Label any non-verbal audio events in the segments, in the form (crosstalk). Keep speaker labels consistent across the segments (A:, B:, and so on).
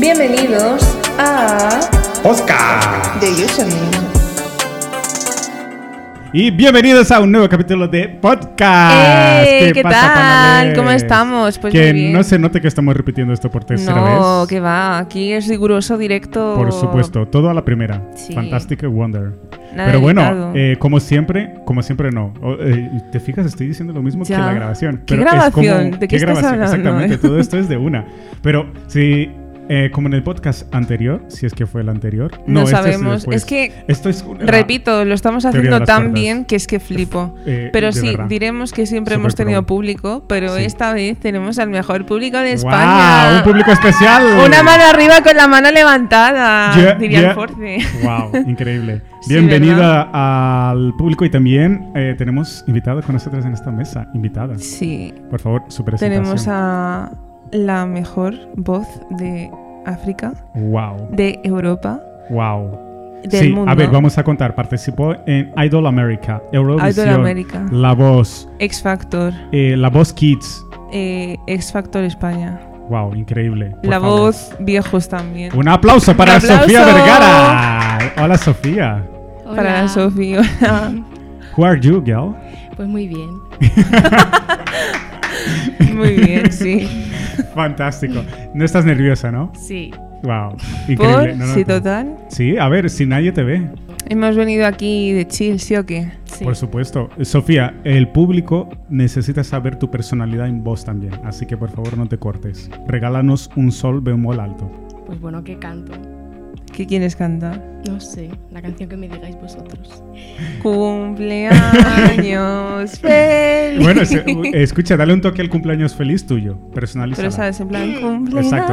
A: Bienvenidos a
B: Oscar.
C: De Username.
B: Y bienvenidos a un nuevo capítulo de podcast.
D: ¡Ey! Eh, ¿Qué tal?
B: panales?
D: ¿Cómo estamos? Pues
B: que
D: muy bien.
B: no se note que estamos repitiendo esto por tercera
D: No,
B: vez.
D: que va, aquí es riguroso directo.
B: Por supuesto, todo a la primera.
D: Sí.
B: Fantastic Wonder.
D: Nada
B: Pero bueno,
D: editado.
B: eh, como siempre, como siempre no. O, eh, ¿Te fijas? Estoy diciendo lo mismo
D: Ya.
B: que la grabación.
D: ¿Qué
B: pero Es
D: grabación?
B: como,
D: ¿De qué estás hablando? (laughs)
B: Exactamente, todo esto es de una. Pero si, eh, como en el podcast anterior, si es que fue el anterior.
D: No
B: este
D: sabemos.
B: después.
D: Es que,
B: Esto es una-
D: Repito, lo estamos
B: Teoría de
D: haciendo
B: las
D: tan
B: cuerdas.
D: bien que es que flipo.
B: Eh,
D: pero
B: de
D: sí,
B: verdad.
D: diremos que siempre
B: Súper
D: hemos tenido
B: pro.
D: público, pero
B: Sí.
D: esta vez tenemos al mejor público de
B: ¡Guau!
D: España.
B: Un público especial.
D: Una mano arriba con la mano levantada,
B: Yeah,
D: diría
B: yeah.
D: el Forte.
B: Wow, increíble.
D: (laughs) Sí,
B: Bienvenida al público y también eh, tenemos invitado con nosotros en esta mesa. Invitada.
D: Sí,
B: Por favor, su presentación.
D: tenemos a la mejor voz de África,
B: Wow,
D: de Europa,
B: wow.
D: del
B: sí,
D: mundo.
B: a ver, vamos a contar. Participó en Idol America, Eurovisión,
D: Idol América.
B: La Voz,
D: X Factor,
B: eh, La Voz Kids.
D: eh, X Factor España.
B: Wow, increíble. por
D: la
B: favor.
D: voz, viejos también.
B: Un aplauso para
D: Un aplauso.
B: Sofía Vergara. Hola, Sofía.
D: Para
E: Hola.
D: Sofía.
B: Who are you, girl?
E: Pues muy bien.
D: Muy bien, sí.
B: Fantástico. No estás nerviosa, ¿no?
E: Sí.
B: Wow, increíble.
D: Por,
B: No, no,
D: sí,
B: no.
D: total.
B: Sí, a ver, si nadie te ve.
D: Hemos venido aquí de chill, ¿sí o qué?
E: sí.
B: Por supuesto. Sofía, el público necesita saber tu personalidad en voz también. Así que por favor no te cortes. Regálanos un sol bemol alto.
E: Pues bueno, que canto.
D: ¿Qué quieres cantar?
E: No sé, la canción que me digáis vosotros.
D: Cumpleaños feliz.
B: (laughs) Bueno, es-
D: (laughs)
B: escucha, dale un toque al cumpleaños feliz tuyo. Personalízalo.
D: Pero sabes, en plan, cumpleaños.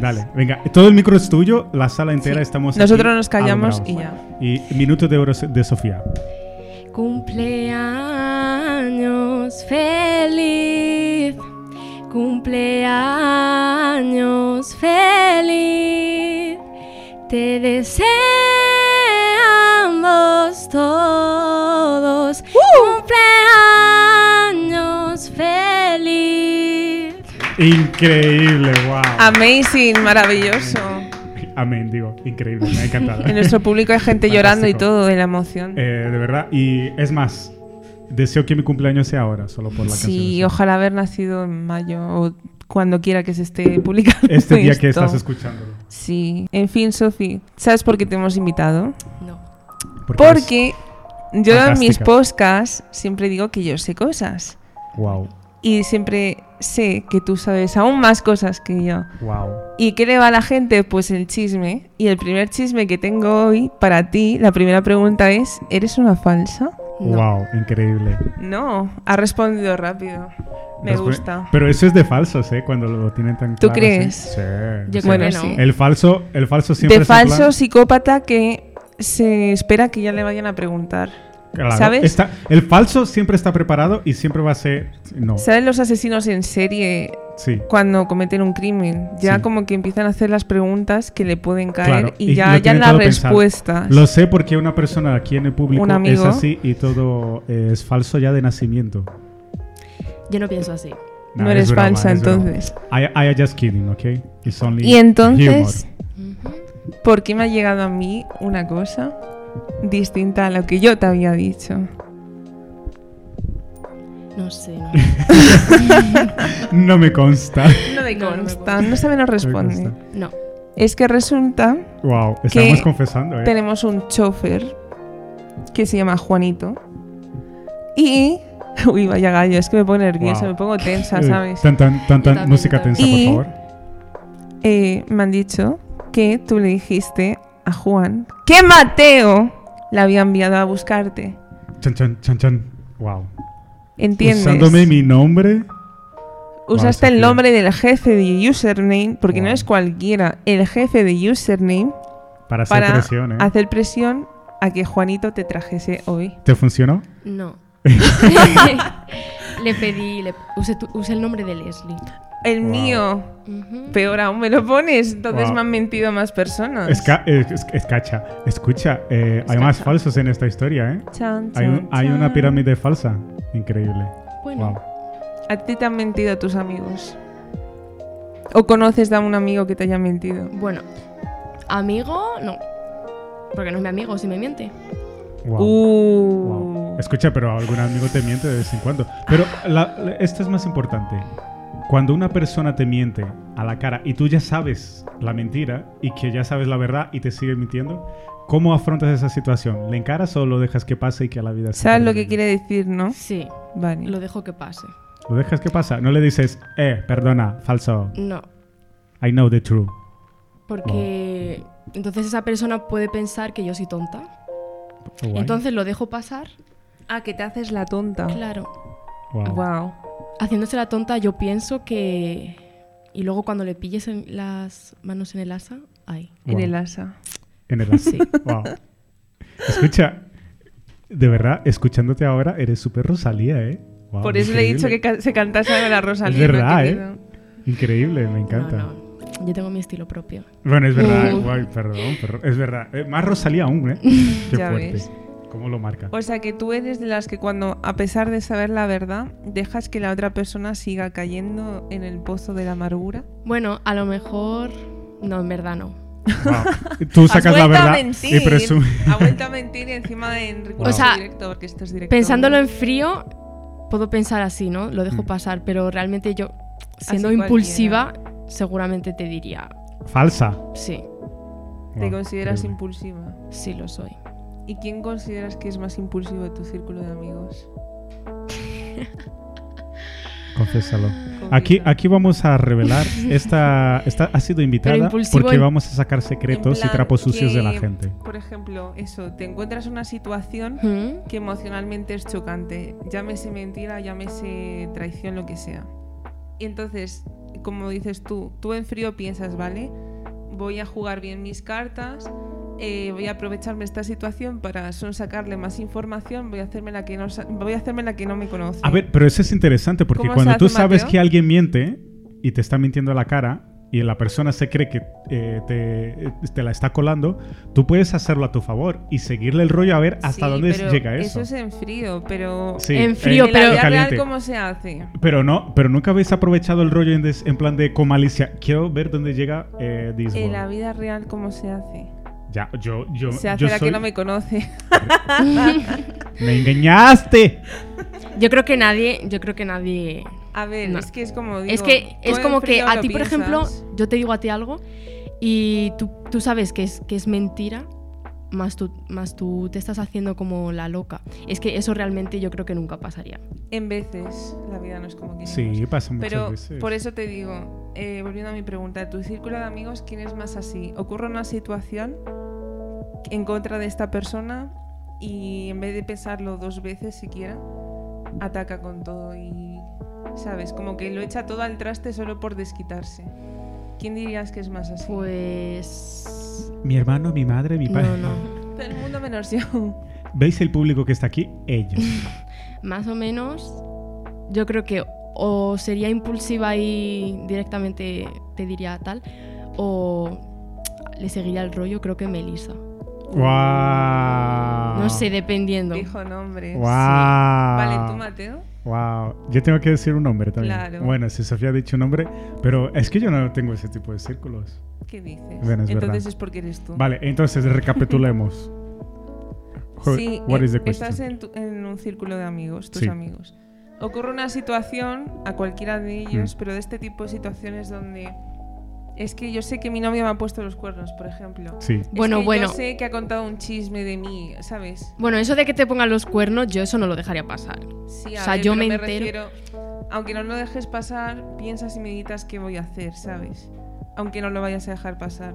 B: Dale, venga. Todo el micro es tuyo, la sala entera estamos.
D: Nosotros
B: aquí
D: nos callamos y
B: alumbrados. Y minuto de euros de Sofía.
E: Cumpleaños feliz. Cumpleaños feliz. Te deseamos todos. Cumpleaños feliz.
B: Increíble, wow.
D: Amazing, maravilloso.
B: Amén, digo. Increíble, me ha encantado.
D: (laughs) En nuestro público hay gente llorando y
B: Fantástico.
D: todo de la emoción.
B: Eh, de verdad, y es más, deseo que mi cumpleaños sea ahora, solo por la
D: Sí,
B: canción.
D: ojalá haber nacido en mayo o cuando quiera que se esté publicando. (laughs)
B: Este día que
D: esto.
B: estás escuchándolo.
D: Sí. En fin, Sofi, ¿sabes por qué te hemos invitado?
E: No.
B: qué?
D: Porque yo en mis
B: fantástica.
D: podcasts siempre digo que yo sé cosas.
B: Wow,
D: Y siempre sé que tú sabes aún más cosas que yo.
B: wow.
D: ¿Y qué le va a la gente? Pues el chisme. Y el primer chisme que tengo hoy para ti, la primera pregunta es, ¿eres una falsa?
E: No.
B: Wow, increíble.
D: No, ha respondido rápido. Me
B: Respe-
D: gusta.
B: Pero eso es de falsos, ¿eh? Cuando lo tienen tan
D: ¿Tú
B: claro,
D: crees?
B: Sí. Sí,
E: Yo
B: sí.
E: creo
D: Bueno,
E: que
D: sí.
E: no.
B: El falso, el falso siempre
D: de
B: es en plan-
D: falso psicópata que se espera que ya le vayan a preguntar.
B: Claro,
D: ¿sabes?
B: está- el falso siempre está preparado y siempre va a ser no.
D: ¿Sabes los asesinos en serie
B: Sí.
D: cuando cometen un crimen? Ya
B: Sí.
D: como que empiezan a hacer las preguntas que le pueden caer
B: Claro,
D: y,
B: y lo
D: ya hallan
B: tienen
D: las
B: todo pensado.
D: respuestas.
B: Lo sé porque una persona aquí en el público
D: Un amigo.
B: es así y todo eh, es falso ya de nacimiento.
E: Yo no pienso así.
D: No
B: Nah,
D: eres
B: es broma,
D: falsa,
B: es broma.
D: entonces.
B: I, I am just kidding, okay? It's only
D: Y entonces,
B: humor.
D: ¿por qué me ha llegado a mí una cosa distinta a lo que yo te había dicho?
E: No sé,
B: (laughs)
E: no.
B: No
D: (laughs)
B: me consta.
D: No me
E: No, no me
D: consta, no sabe, no
B: No
D: responde.
B: me consta.
E: No.
D: Es que resulta,
B: Wow, estamos
D: Que
B: confesando, ¿eh?
D: tenemos un chofer que se llama Juanito y... (laughs) Uy, vaya gallo, es que me pongo nerviosa,
B: Wow.
D: me pongo
B: (laughs)
D: tensa,
B: Eh,
D: ¿sabes?
B: Tan, tan, tan, tan,
E: también,
B: música
E: yo también.
B: tensa,
D: Y-
B: por favor.
D: Eh, me han dicho que tú le dijiste a Juan que Mateo la había enviado a buscarte.
B: Chan, chan, chan, chan. Wow.
D: ¿Entiendes?
B: Usándome mi nombre.
D: Usaste
B: Vale,
D: el
B: Sofía.
D: nombre del jefe de username, porque no
B: Wow.
D: es cualquiera, el jefe de username
B: Para hacer
D: para
B: presión, ¿eh?
D: hacer presión a que Juanito te trajese hoy.
B: ¿Te funcionó? (laughs)
E: No. le pedí, le, usé, tu- usé el nombre de Leslie.
D: El
B: Wow.
D: mío,
E: Ujú.
D: peor aún me lo pones, entonces
B: Wow.
D: me han mentido más personas.
B: Esca- es- es- escacha. Escucha, eh, hay más falsos en esta historia, ¿eh?
D: Chan,
B: Hay, un-
D: chan,
B: hay
D: chan.
B: una pirámide falsa. Increíble.
E: Bueno,
B: Wow.
D: A ti te han mentido tus amigos. ¿O conoces a un amigo que te haya mentido?
E: Bueno, amigo, no. Porque no es mi amigo si me miente.
B: Wow.
D: Uh.
B: Wow. Escucha, pero algún amigo te miente de vez en cuando. Pero la- la- esto es más importante. Cuando una persona te miente a la cara y tú ya sabes la mentira y que ya sabes la verdad y te sigue mintiendo, ¿cómo afrontas esa situación? ¿Le encaras o lo dejas que pase y que a la vida se
D: ¿Sabes lo
B: termine?
D: que quiere decir, no?
E: Sí,
D: Vale.
E: lo dejo que pase.
B: ¿Lo dejas que pasa? No le dices, eh, perdona, falso,
E: No,
B: I know the truth.
E: porque entonces esa persona puede pensar que yo soy tonta.
B: Guay.
E: Entonces lo dejo pasar.
D: Ah, que te haces la tonta.
E: Claro.
B: Wow.
D: Wow.
E: Haciéndose la tonta, yo pienso que. Y luego cuando le pilles en las manos en el asa, ay.
D: En
B: Wow.
D: el asa.
B: En el as-
E: Sí.
B: Wow. Escucha, de verdad, escuchándote ahora, eres súper Rosalía, ¿eh? Wow,
D: Por eso le he dicho
B: increíble.
D: que ca- se cantase de la Rosalía.
B: Es
D: no he
B: verdad, ¿eh?
D: querido.
B: Increíble, me encanta.
E: No, no. Yo tengo mi estilo propio.
B: Bueno, es
D: (laughs)
B: verdad,
D: Uh.
B: guay, perdón, perdón, es verdad. Eh, más Rosalía
D: (laughs)
B: aún, ¿eh? Qué
D: Ya
B: fuerte.
D: ves.
B: ¿Cómo lo marca?
D: O sea que tú eres de las que cuando, a pesar de saber la verdad, dejas que la otra persona siga cayendo en el pozo de la amargura.
E: Bueno, a lo mejor. No, en verdad no.
D: (laughs)
B: Wow. Tú sacas
D: Has
B: la
D: vuelto a
B: verdad
D: mentir.
B: y presumes.
D: Ha vuelto a mentir encima de
B: (laughs)
D: Enrique.
B: Wow. O
E: sea,
D: directo, porque esto es directo.
E: Pensándolo en frío, puedo pensar así, ¿no? Lo dejo
B: Mm.
E: pasar, pero realmente yo, siendo
D: cualquiera.
E: impulsiva, seguramente te diría,
B: Falsa.
E: sí,
D: Te
B: Wow,
D: consideras
B: increíble.
D: impulsiva.
E: sí lo soy.
D: ¿Y quién consideras que es más impulsivo de tu círculo de amigos?
B: Confiésalo. Aquí, aquí vamos a
D: (laughs)
B: revelar. Esta, esta ha sido invitada
E: impulsivo
B: porque
E: en-
B: vamos a sacar secretos
D: En plan,
B: y trapos sucios de la
D: que,
B: gente.
D: Por ejemplo, eso, te encuentras una situación
E: ¿Mm?
D: que emocionalmente es chocante. Llámese mentira, llámese traición, lo que sea. Y entonces, como dices tú, tú en frío piensas, ¿vale? Voy a jugar bien mis cartas, eh, voy a aprovecharme esta situación para sonsacarle más información, voy a hacerme la que no, sa- voy a hacerme la que no me conoce.
B: A ver, pero eso es interesante porque
D: ¿Cómo se
B: cuando tú
D: hace,
B: sabes
D: Mateo?
B: que alguien miente y te está mintiendo a la cara y la persona se cree que eh, te, te la está colando, tú puedes hacerlo a tu favor y seguirle el rollo a ver hasta
D: Sí,
B: dónde
D: pero
B: llega
D: Eso
B: eso.
D: es en frío, pero...
B: Sí,
E: En
B: eh,
E: frío,
D: ¿En la
E: pero-
D: vida real
B: caliente.
D: cómo se hace?
B: Pero no, pero nunca habéis aprovechado el rollo en, des- en plan de con malicia. Quiero ver dónde llega eh, This
D: En
B: World.
D: la vida real cómo se hace.
B: Ya, yo, yo,
D: Se hace
B: yo
D: la
B: soy-
D: que no me conoce. (laughs)
B: ¡Me engañaste.
E: Yo creo que nadie, yo creo que nadie...
D: A ver,
E: No.
D: es que es como...
E: es
D: digo,
E: que
D: tú
E: es
D: en
E: como que
D: frío
E: a
D: lo
E: ti, por ejemplo,
D: piensas.
E: yo te digo a ti algo y tú, tú sabes que es, que es mentira, más tú, más tú te estás haciendo como la loca. Es que eso realmente yo creo que nunca pasaría.
D: En veces la vida no es como queremos.
B: Sí, pasa muchas
D: Pero
B: veces.
D: por eso te digo, eh, volviendo a mi pregunta, ¿tu círculo de amigos quién es más así? ¿Ocurre una situación en contra de esta persona y en vez de pensarlo dos veces siquiera, ataca con todo y, ¿sabes? Como que lo echa todo al traste solo por desquitarse. ¿Quién dirías que es más así?
E: Pues...
B: Mi hermano, mi madre, mi padre.
E: No, no.
D: Todo el mundo menos yo.
B: ¿Veis el público que está aquí? Ellos.
E: Más o menos, yo creo que o sería impulsiva y directamente te diría tal, o le seguiría el rollo, creo que Melissa.
B: ¡Wow!
E: No sé, dependiendo.
D: Dijo nombres.
B: ¡Wow! Ah.
D: Vale, tú, Mateo.
B: ¡Wow! Yo tengo que decir un nombre también.
D: Claro.
B: Bueno, si Sofía ha dicho un nombre, pero es que yo no tengo ese tipo de círculos.
D: ¿Qué dices?
B: Bueno, es
D: Entonces
B: verdad.
D: es porque eres tú.
B: Vale,
D: (laughs)
B: entonces recapitulemos. Jo-
D: Sí,
B: what
D: eh,
B: is the question?
D: estás en, tu- en un círculo de amigos, tus
B: Sí.
D: amigos. Ocurre una situación a cualquiera de
B: Mm.
D: ellos, pero de este tipo de situaciones donde es que yo sé que mi novio me ha puesto los cuernos, por ejemplo.
B: Sí.
D: Es
E: Bueno,
D: que
E: bueno.
D: Yo sé que ha contado un chisme de mí, ¿sabes?
E: Bueno, eso de que te pongan los cuernos, yo eso no lo dejaría pasar.
D: Sí,
E: O sea, yo
D: pero
E: me entero.
D: refiero- aunque no lo dejes pasar, piensas y meditas qué voy a hacer, ¿sabes? Aunque no lo vayas a dejar pasar.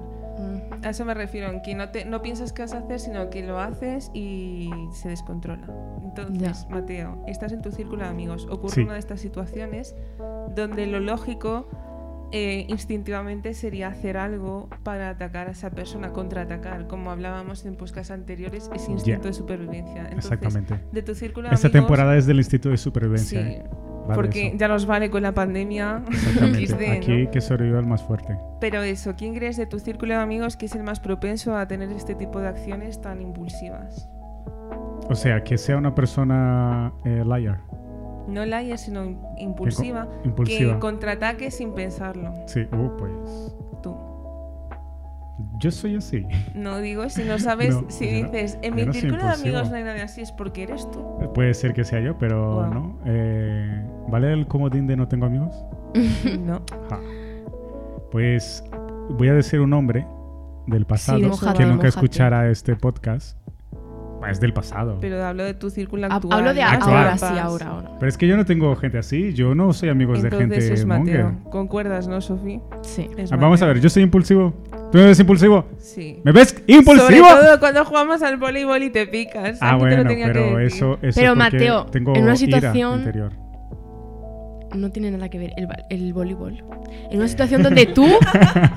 D: A eso me refiero, en que no, te, no piensas qué vas a hacer, sino que lo haces y se descontrola. Entonces, Mateo, estás en tu círculo de amigos. Ocurre
B: Sí.
D: una de estas situaciones donde lo lógico eh, instintivamente sería hacer algo para atacar a esa persona, contraatacar. Como hablábamos en podcasts anteriores, es instinto
B: Yeah.
D: de supervivencia. Entonces,
B: Exactamente.
D: De tu círculo de
B: Esta
D: amigos.
B: temporada es del Instituto de
D: Sí,
B: Supervivencia. ¿eh? Vale,
D: porque
B: eso.
D: ya (laughs) nos vale con la pandemia. (laughs)
B: Exactamente.
D: XD, ¿no?
B: Aquí que sobreviva el más fuerte.
D: Pero eso, ¿quién crees de tu círculo de amigos que es el más propenso a tener este tipo de acciones tan impulsivas?
B: O sea, que sea una persona eh, liar.
D: no liar, sino im- impulsiva,
B: impulsiva.
D: que contraataque sin pensarlo.
B: Sí, uh, pues.
D: Tú.
B: Yo soy así.
D: No digo, si no sabes,
B: No,
D: si
B: yo no-
D: dices, en
B: yo
D: mi
B: no soy
D: círculo de
B: impulsivo.
D: amigos no hay nadie así, es porque eres
E: (laughs)
D: tú.
B: Puede ser que sea yo, pero
D: Wow.
B: no. Eh, ¿Vale el comodín de no tengo amigos?
D: No.
B: Ja. Pues voy a decir un hombre del pasado
E: mójate,
B: que nunca
E: mójate.
B: escuchara este podcast. Ah, Es del pasado. Pero,
D: Pero hablo de tu círculo
E: Ha-
D: actual.
E: Hablo de
D: no
B: actual.
E: ahora,
D: compas.
E: sí, ahora, ahora.
B: es que yo no tengo gente así. Yo no soy amigos Pues de
D: Entonces
B: gente
D: es Mateo.
B: monger.
D: Concuerdas, ¿no, Sofía?
E: Sí.
B: Ah, Vamos a ver, yo soy impulsivo. ¿Tú me ves impulsivo?
D: Sí.
B: ¿Me ves
D: Sobre
B: impulsivo?
D: todo cuando jugamos al voleibol y te picas.
B: Ah,
D: Aquí te lo
B: bueno,
D: tenía que
B: pero
D: decir.
B: eso, eso
E: Pero,
B: porque
E: Mateo,
B: tengo
E: en una
B: ira
E: situación-
B: interior.
E: No tiene nada que ver el, ba- el voleibol. En una situación
B: (laughs)
E: donde tú.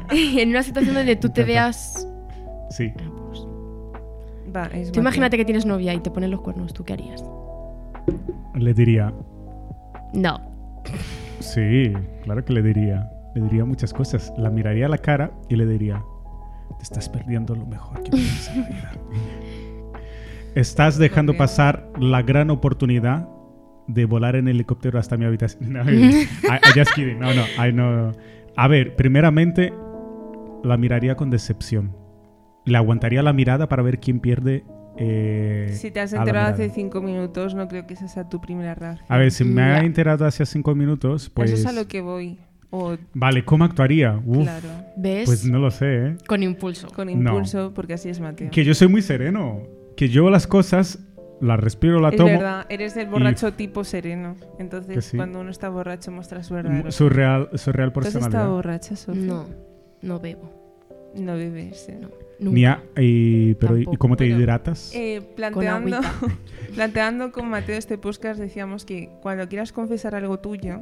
E: en una situación donde tú te
B: Me encanta.
E: veas.
B: Sí.
E: Ah, pues,
D: Va, es
E: Tú
D: Mateo.
E: imagínate que tienes novia y te ponen los cuernos, ¿tú qué harías?
B: Le diría,
E: No.
B: sí, claro que le diría. Le diría muchas cosas. La miraría a la cara y le diría, te estás perdiendo lo mejor que tienes en la
D: (laughs)
B: vida. Estás dejando pasar la gran oportunidad de volar en helicóptero hasta mi habitación. (laughs) No,
D: (laughs)
B: I, I just kidding. No, no, I no. A ver, primeramente la miraría con decepción. Le aguantaría la mirada para ver quién pierde. eh,
D: Si te has
B: a la
D: enterado
B: mirada.
D: hace cinco minutos, no creo que esa sea tu primera reacción.
B: A ver, si me
E: Ya.
B: ha enterado hace cinco minutos, pues...
D: Eso es a lo que voy. O,
B: Vale, ¿cómo actuaría? Uf,
D: claro,
E: ¿Ves?
B: Pues no lo sé, ¿eh?
E: Con impulso.
D: con
B: No.
D: impulso, porque así es Mateo.
B: Que yo soy muy sereno. Que yo las cosas las respiro, la
D: es
B: tomo.
D: verdad, eres del borracho tipo sereno.
B: Que
D: Entonces,
B: sí.
D: cuando uno está borracho, muestra su
B: Mm,
D: verdadero.
B: Su real, su real
D: ¿Tú has estado
B: personalidad.
D: borracha, Sofía?
E: No, no bebo.
D: No bebes, ¿eh?
E: No.
B: Ni
E: Nunca.
B: a- y, pero, ¿y
E: Tampoco.
B: cómo te
D: Bueno,
B: hidratas?
D: Eh,
E: Con
D: planteando,
E: agüita.
D: (laughs) planteando con Mateo este podcast, decíamos que cuando quieras confesar algo tuyo,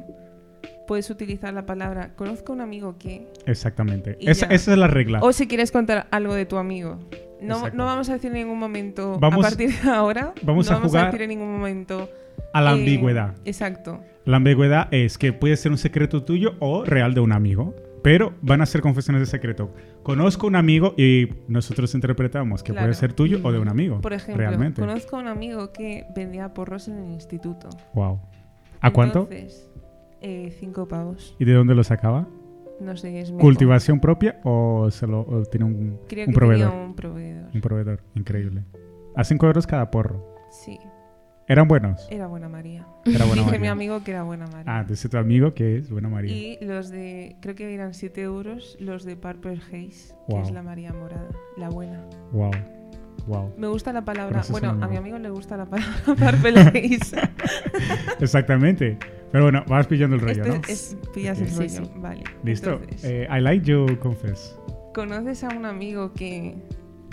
D: puedes utilizar la palabra conozco a un amigo que.
B: Exactamente.
D: y
B: Esa,
D: ya.
B: esa es la regla.
D: O si quieres contar algo de tu amigo. No,
B: Exacto.
D: no vamos a decir en ningún momento.
B: Vamos-
D: a partir de ahora.
B: vamos
D: no
B: a
D: vamos a
B: jugar
D: decir en ningún momento.
B: A la
D: eh,
B: ambigüedad.
D: Exacto.
B: La ambigüedad es que puede ser un secreto tuyo o real de un amigo. Pero van a ser confesiones de secreto. Conozco un amigo y nosotros interpretamos que
D: Claro.
B: puede ser tuyo o de un amigo.
D: Por ejemplo,
B: Oh, realmente.
D: conozco a un amigo que vendía porros en el instituto.
B: Wow. ¿A cuánto?
D: Entonces, eh, cinco pavos.
B: ¿Y de dónde lo sacaba?
D: No sé, es mi-
B: ¿Cultivación propia o, se lo, o tiene un,
D: Creo que tenía
B: un proveedor? Mm.
D: un proveedor.
B: Un proveedor, increíble. A 5 euros cada porro.
D: Sí,
B: ¿Eran buenos?
D: era buena María.
B: Era
D: (laughs)
B: buena
D: Dije
B: María.
D: mi amigo que era buena María.
B: Ah, dice tu amigo que es buena María.
D: y los de, creo que eran 7 euros, los de Purple Haze, que
B: Wow.
D: es la María Morada, la buena.
B: Wow, wow.
D: Me gusta la palabra,
B: Gracias,
D: bueno,
B: amigo.
D: a mi amigo le gusta la palabra (laughs) Purple Haze.
B: Exactamente. (laughs) Pero bueno, vas pillando el rollo,
D: Esto
B: ¿no?
D: es, Este es- pillas el
E: Sí,
D: rollo,
E: sí.
D: vale.
B: Listo.
D: Entonces,
B: Eh, I like you, confess.
D: ¿Conoces a un amigo que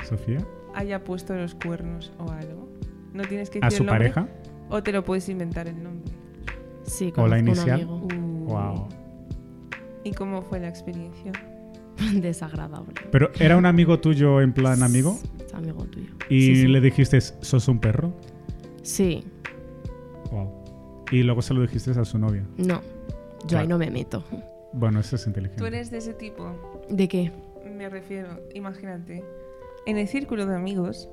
B: Sofía.
D: haya puesto los cuernos o algo? No tienes que decir
B: ¿A su
D: el nombre,
B: pareja?
D: O te lo puedes inventar el nombre.
E: Sí,
B: O
E: con
B: la inicial.
E: un amigo.
D: Uh,
B: Wow.
D: ¿Y cómo fue la experiencia?
E: Uh, (laughs) Desagradable.
B: Pero era un amigo tuyo en plan amigo
E: Es Amigo tuyo.
B: y
E: sí, sí.
B: le dijiste, sos un perro.
E: Sí,
B: Wow. Y luego se lo dijiste a su novia.
E: no. Yo ahí
B: Claro.
E: no me meto.
B: Bueno, eso es inteligente.
D: ¿Tú eres de ese tipo?
E: ¿De qué?
D: Me refiero, imagínate, en el círculo de amigos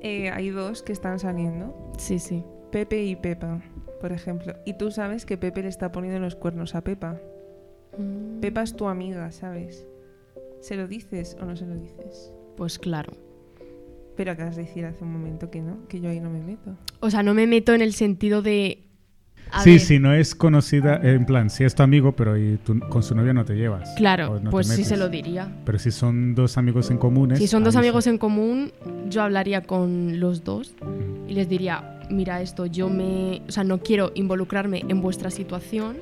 D: eh, hay dos que están saliendo,
E: Sí, sí.
D: Pepe y Pepa, por ejemplo, y tú sabes que Pepe le está poniendo los cuernos a Pepa.
E: Mm,
D: Pepa es tu amiga, ¿sabes? ¿Se lo dices o no se lo dices?
E: Pues claro.
D: Pero acabas de decir hace un momento que no, que yo ahí no me meto.
E: O sea, no me meto en el sentido de. a
B: sí,
E: ver,
B: si no es conocida, en plan, si es tu amigo, pero y tú con su novia no te llevas. o
E: Claro,
B: no te
E: pues sí
B: metes.
E: se lo diría.
B: Pero si son dos amigos en comunes.
E: Si son dos
B: ahí
E: amigos
B: sí.
E: en común, yo hablaría con los dos
B: Mm,
E: y les diría, mira esto, yo me, o sea, no quiero involucrarme en vuestra situación.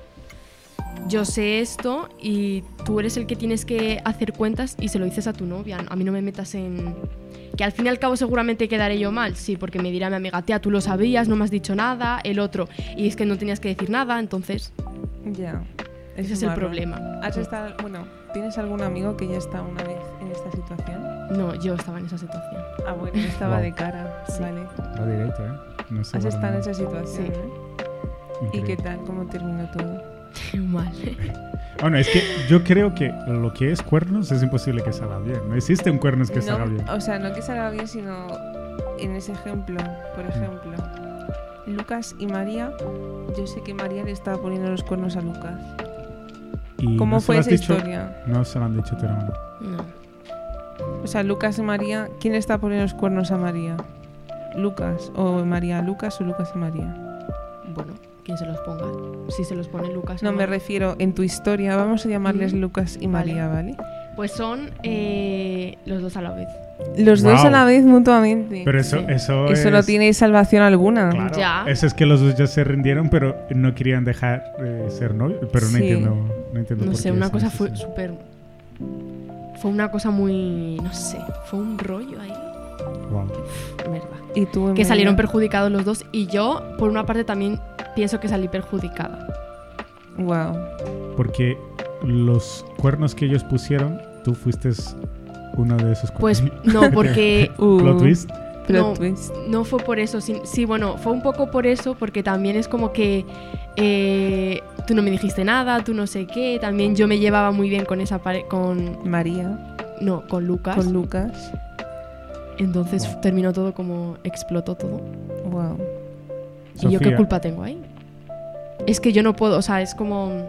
E: Yo sé esto y tú eres el que tienes que hacer cuentas y se lo dices a tu novia. A mí no me metas en que al fin y al cabo seguramente quedaré yo mal, sí, porque me dirá mi amiga, tía, tú lo sabías, no me has dicho nada, el otro, y es que no tenías que decir nada, entonces
D: Ya.
E: ese es
D: un
E: el
D: marrón.
E: problema.
D: ¿Has estado, bueno, ¿tienes algún amigo que ya está una vez en esta situación?
E: No, yo estaba en esa situación.
D: Ah, bueno, yo estaba
B: Wow.
D: de cara,
E: Sí.
D: vale.
B: Va directo, ¿eh? No sé.
D: Has
B: por
D: estado en
B: dónde.
D: esa situación,
E: Sí.
D: ¿eh? ¿Y
B: Increíble.
D: qué tal? ¿Cómo terminó todo?
E: Mal.
B: Bueno, es que yo creo que lo que es cuernos es imposible que salga bien. No existe un cuernos que salga bien. Mm.
D: O sea, no que salga bien, sino en ese ejemplo, por ejemplo. Lucas y María. Yo sé que María le estaba poniendo los cuernos a Lucas.
B: Y
D: ¿Cómo
B: no se
D: fue
B: lo has
D: esa
B: dicho-
D: historia?
B: No se lo han dicho a tu hermano.
E: (laughs) No.
D: O sea, Lucas y María, ¿quién le está poniendo los cuernos a María? Lucas o María a Lucas o Lucas a María.
E: Bueno, quien se los ponga. Si se los pone Lucas.
D: No
E: o
D: me refiero en tu historia, vamos a llamarles
E: Ujú.
D: Lucas y
E: Pues Mm. Vale.
D: María, ¿vale?
E: Pues son eh, los dos a la vez.
D: Los dos a
B: Guau.
D: la vez mutuamente.
B: Pero eso,
E: Sí.
B: eso,
D: Eso
B: es-
D: no tiene salvación alguna.
B: Claro.
E: Ya.
B: Eso es que los dos ya se rindieron, pero no querían dejar de ser novios. Pero no
D: Sí.
B: entiendo. No, entiendo
E: No
B: por
E: sé,
B: qué
E: una
B: es
E: cosa fue
B: necesario.
E: súper. Fue una cosa muy. No sé, fue un rollo ahí.
B: Guau.
E: Verdad.
D: Y tú,
E: Que
D: Emilia?
E: salieron perjudicados los dos y yo, por una parte, también pienso que salí perjudicada.
D: Guau.
B: Porque los cuernos que ellos pusieron, tú fuiste uno de esos (laughs)
E: Pues
B: cuernos.
E: no, porque
D: Uh,
B: Plot twist.
D: plot
E: No.
D: twist.
E: no fue por eso. sin- Sí, bueno, fue un poco por eso, porque también es como que eh, tú no me dijiste nada, tú no sé qué. También yo me llevaba muy bien con esa pare- con
D: María
E: no, con Lucas.
D: con Lucas.
E: Entonces
B: Wow.
E: terminó todo como explotó todo.
D: Wow.
E: ¿Y yo qué
B: Sofía,
E: culpa tengo ahí? Es que yo no puedo, o sea, es como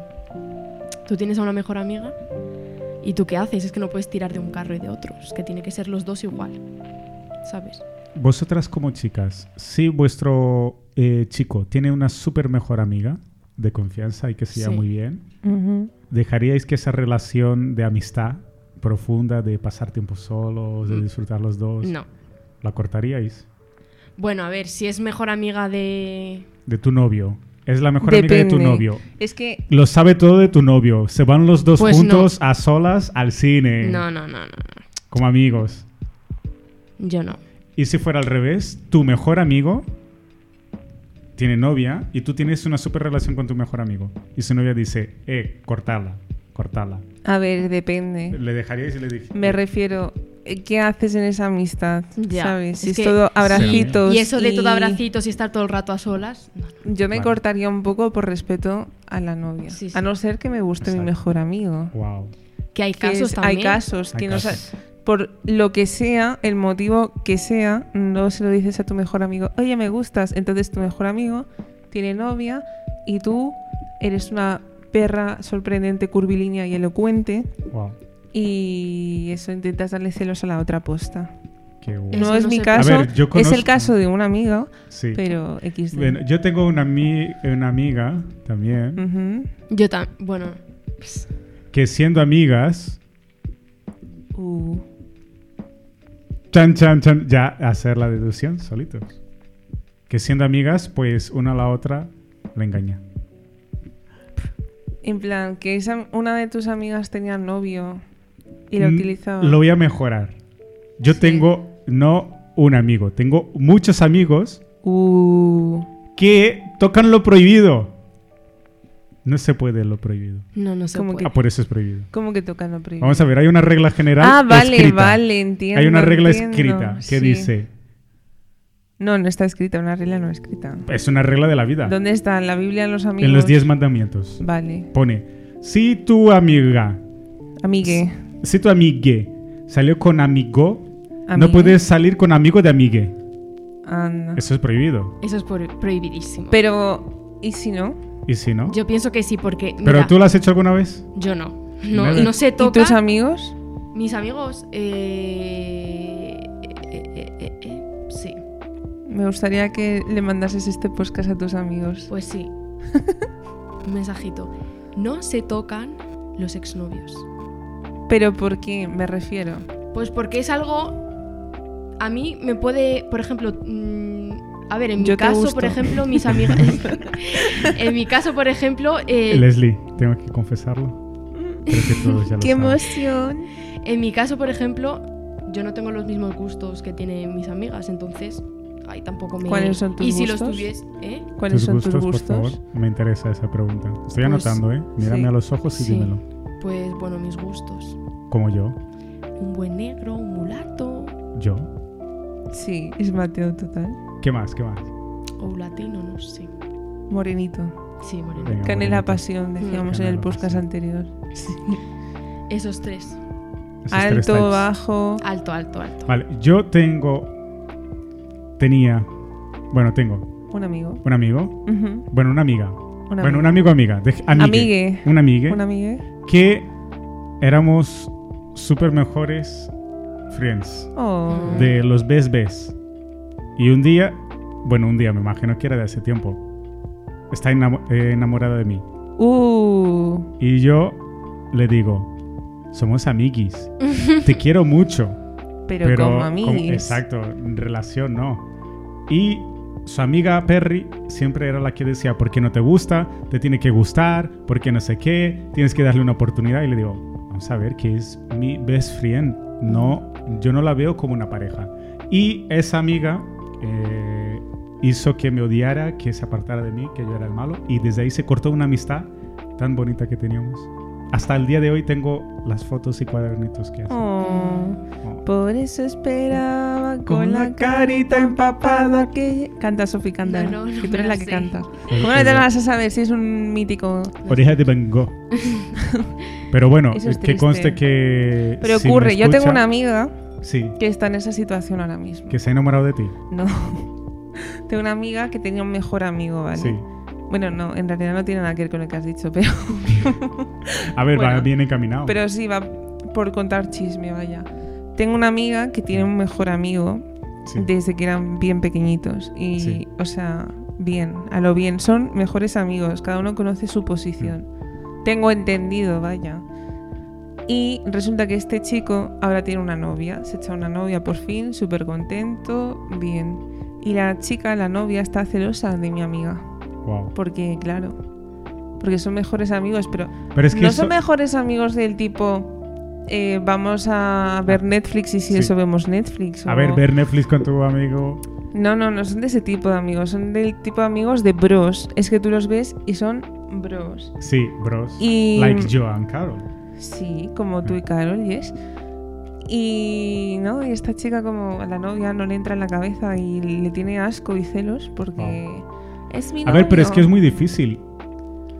E: tú tienes a una mejor amiga y tú qué haces, es que no puedes tirar de un carro y de otro, es que tiene que ser los dos igual. ¿Sabes?
B: Vosotras como chicas, si vuestro eh, chico tiene una súper mejor amiga de confianza y que se lleva
E: Sí.
B: muy bien, ¿Dejaríais que esa relación de amistad profunda, de pasar tiempo solos, de
E: Mm.
B: disfrutar los dos,
E: No.
B: la cortaríais?
E: Bueno, a ver, si es mejor amiga de
B: De tu novio. Es la mejor amiga de tu
D: Depende.
B: novio.
D: Es que
B: Lo sabe todo de tu novio. Se van los dos
E: Pues
B: juntos a solas al cine,
E: No, no, no, no. no.
B: como amigos.
E: Yo no.
B: Y si fuera al revés, tu mejor amigo tiene novia y tú tienes una super relación con tu mejor amigo. Y su novia dice, eh, cortala, cortala.
D: a ver, depende.
B: ¿Le dejaríais y le diríais?
D: Me refiero eh, ¿qué haces en esa amistad?
E: Ya.
D: ¿Sabes?
E: Es
D: Si es,
E: que-
D: todo abracitos.
E: Y eso de
D: y-
E: todo abracitos y estar todo el rato a solas. no.
D: Yo me
B: Vale.
D: cortaría un poco por respeto a la novia.
E: Sí, sí.
D: A no ser que me guste mi
B: Exacto.
D: mejor amigo.
B: Wow.
E: Que hay
D: Que
E: casos
D: es-
E: también.
D: Hay casos
B: Hay
D: que no sa-
B: casos.
D: por lo que sea, el motivo que sea, no se lo dices a tu mejor amigo, oye, me gustas. Entonces tu mejor amigo tiene novia y tú eres una perra sorprendente, curvilínea y elocuente
B: Wow.
D: y eso intentas darle celos a la otra posta.
B: Qué guay.
E: Eso
D: No es
E: no
D: mi
E: se
D: caso,
B: puede. A ver, yo
D: es
B: conozco-
D: el caso de un amigo,
B: Sí.
D: pero XD.
B: Bueno, yo tengo una, ami- una amiga también,
D: Ujú.
E: Yo también. Bueno, pues,
B: que siendo amigas,
D: Uh,
B: chan, chan, chan, ya hacer la deducción solitos. Que siendo amigas, pues una a la otra le engaña.
D: En plan, que esa, una de tus amigas tenía novio y lo
B: Mm,
D: utilizaba.
B: Lo voy a mejorar. Yo tengo no un amigo, tengo muchos amigos
D: Uh,
B: que tocan lo prohibido. No se puede lo prohibido.
E: no, no se
D: Como
E: puede.
B: Ah, por eso es prohibido.
D: ¿cómo que tocan lo primero?
B: Vamos a ver, hay una regla general.
D: Ah, vale,
B: escrita.
D: vale, entiendo.
B: Hay una regla
D: entiendo,
B: escrita
D: sí.
B: que dice,
D: No, no está escrita, una regla no escrita.
B: es una regla de la vida.
D: ¿Dónde está? ¿En la Biblia en los amigos?
B: En los diez mandamientos.
D: Vale.
B: Pone, si tu amiga,
D: Amigue.
B: si tu amigue salió con amigo, no
D: Amigue. Ah.
B: puedes salir con amigo de amigue.
D: Anda.
B: Eso es prohibido.
E: Eso es por- prohibidísimo.
D: Pero, ¿y si no?
B: ¿Y si no?
E: Yo pienso que sí, porque.
B: ¿Pero
E: mira,
B: tú lo has hecho alguna vez?
E: Yo no. No,
B: Nada.
E: no se
D: ¿Y
E: toca.
D: tus amigos?
E: Mis amigos. eh, eh, eh, eh, eh, sí,
D: Me gustaría que le mandases este podcast a tus amigos. (laughs)
E: pues sí. Un mensajito. No se tocan los exnovios.
D: Pero ¿por qué? Me refiero.
E: Pues porque es algo. A mí me puede, por ejemplo. mm, a ver, en mi
D: Yo te
E: caso,
D: gusto.
E: por ejemplo,
D: (laughs)
E: mis amigos. en mi caso, por ejemplo. eh,
B: Leslie, tengo que confesarlo. Creo que todos
D: (laughs)
B: ya lo
D: Mm. ¡Qué
B: saben.
D: emoción!
E: En mi caso, por ejemplo, yo no tengo los mismos gustos que tienen mis amigas, entonces ahí tampoco me.
D: ¿Cuáles son tus
E: Y si los
D: gustos?
E: tuviese, ¿eh?
D: ¿Cuáles son tus
B: por
D: gustos?
B: favor? Me interesa esa pregunta. Estoy
E: Pues,
B: anotando, ¿eh? Mírame
D: sí.
B: a los ojos y
E: Sí.
B: dímelo.
E: Pues bueno, mis gustos.
B: Como yo.
E: Un buen negro, un mulato
B: Yo.
D: Sí, es Mateo total.
B: ¿Qué más? ¿Qué más?
E: o un latino, no sé.
D: Morenito.
E: Sí, moreno.
B: Venga,
D: Canela
B: bonito.
D: pasión, decíamos en el
B: Canela
D: podcast
B: pasión.
D: anterior.
E: Esos tres.
B: Esos tres
D: Alto,
B: types.
D: bajo.
E: Alto, alto, alto.
B: Vale, yo tengo. Tenía. Bueno, tengo.
D: Un amigo.
B: ¿Un amigo?
D: Ujú,
B: Bueno, una amiga.
D: Un
B: bueno,
D: amigo.
B: un amigo amiga. de-
D: Amigue.
B: Un amigue.
D: Un amigo.
B: Que éramos súper mejores friends.
D: Oh.
B: De los best best. Y un día, bueno, un día me imagino que era de hace tiempo. Está enamo- eh, enamorada de mí.
D: Uh.
B: Y yo le digo, somos amiguis. Te quiero mucho.
D: Pero, como amigos.
B: como- exacto, en relación no. Y su amiga Perry siempre era la que decía, porque no te gusta? Te tiene que gustar, porque no sé qué, tienes que darle una oportunidad. Y le digo, vamos a ver, que es mi best friend. No, yo no la veo como una pareja. Y esa amiga eh, hizo que me odiara, que se apartara de mí, que yo era el malo. Y desde ahí se cortó una amistad tan bonita que teníamos. Hasta el día de hoy tengo las fotos y cuadernitos que hace.
D: Oh.
B: Oh.
D: Por eso esperaba con, la carita empapada que... Canta Sofi, canta.
E: No, no, no
D: que tú
E: me
D: eres
E: la
D: la que
E: sé.
D: canta. ¿Cómo
B: Eh,
D: no te lo vas a saber si es un mítico?
B: Oreja de
D: (laughs)
B: Van Gogh. Pero bueno,
D: Eso es
B: que conste
D: triste.
B: que.
D: Pero
B: si me
D: ocurre, yo tengo
B: escucha-
D: una amiga
B: Sí,
D: que está en esa situación ahora mismo.
B: que se ha enamorado de ti.
D: No. (laughs) tengo una amiga que tenía un mejor amigo, ¿vale?
B: Sí.
D: Bueno, no, en realidad no tiene nada que ver con lo que has dicho, pero,
B: A ver, va
D: Bueno,
B: bien encaminado.
D: pero sí, va por contar chisme, vaya. Tengo una amiga que tiene un mejor amigo
B: Sí.
D: desde que eran bien pequeñitos. Y,
B: Sí.
D: o sea, bien, a lo bien. Son mejores amigos, cada uno conoce su posición.
B: Mm.
D: Tengo entendido, vaya. Y resulta que este chico ahora tiene una novia, se echa una novia por fin, súper contento, bien. Y la chica, la novia, está celosa de mi amiga.
B: Wow.
D: Porque, claro, porque son mejores amigos, pero
B: Pero es que.
D: no
B: eso-
D: son mejores amigos del tipo eh, vamos a ver Netflix y si
B: Ah. Sí.
D: eso vemos Netflix.
B: A
D: o-
B: ver, ver Netflix con tu amigo.
D: No, no, no son de ese tipo de amigos, son del tipo de amigos de bros. Es que tú los ves y son bros.
B: Sí, bros.
D: Y-
B: Like Joan Carol.
D: Sí, como
B: Mm.
D: tú y Carol, yes. Y no, y esta chica como a la novia no le entra en la cabeza y le tiene asco y celos porque es mi
B: A ver, pero es
D: novio.
B: que es muy difícil.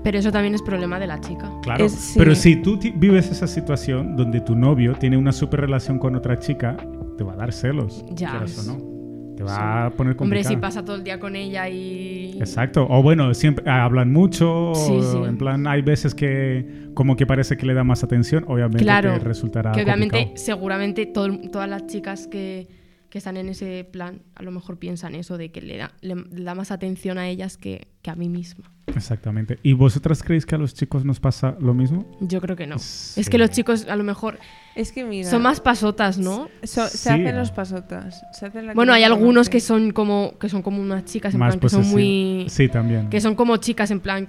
E: Pero eso también es problema de la chica.
B: Claro.
D: Es- sí.
B: Pero si tú ti- vives esa situación donde tu novio tiene una super relación con otra chica, te va a dar celos.
E: Ya.
B: quieras o no. Te va a poner complicado.
E: Hombre, si pasa todo el día con ella y...
B: Exacto. O bueno, siempre ah, hablan mucho.
E: Sí,
B: o
E: sí.
B: En plan, hay veces que como que parece que le da más atención. Obviamente
E: Claro,
B: que resultará.
E: Que obviamente,
B: complicado.
E: seguramente todo- todas las chicas que, que están en ese plan a lo mejor piensan eso, de que le da, le- le da más atención a ellas que, que a mí misma.
B: Exactamente. ¿Y vosotras creéis que a los chicos nos pasa lo mismo?
E: Yo creo que no.
B: Sí.
E: Es que los chicos a lo mejor
D: Es que mira,
E: son más pasotas, ¿no?
D: so- se
B: Sí.
D: hacen los pasotas. se hacen la que
E: Bueno,
D: no
E: hay algunos
D: conoce.
E: que son como que son como unas chicas en
B: Más
E: plan que son
B: posesivos.
E: muy
B: Sí, también.
E: que son como chicas en plan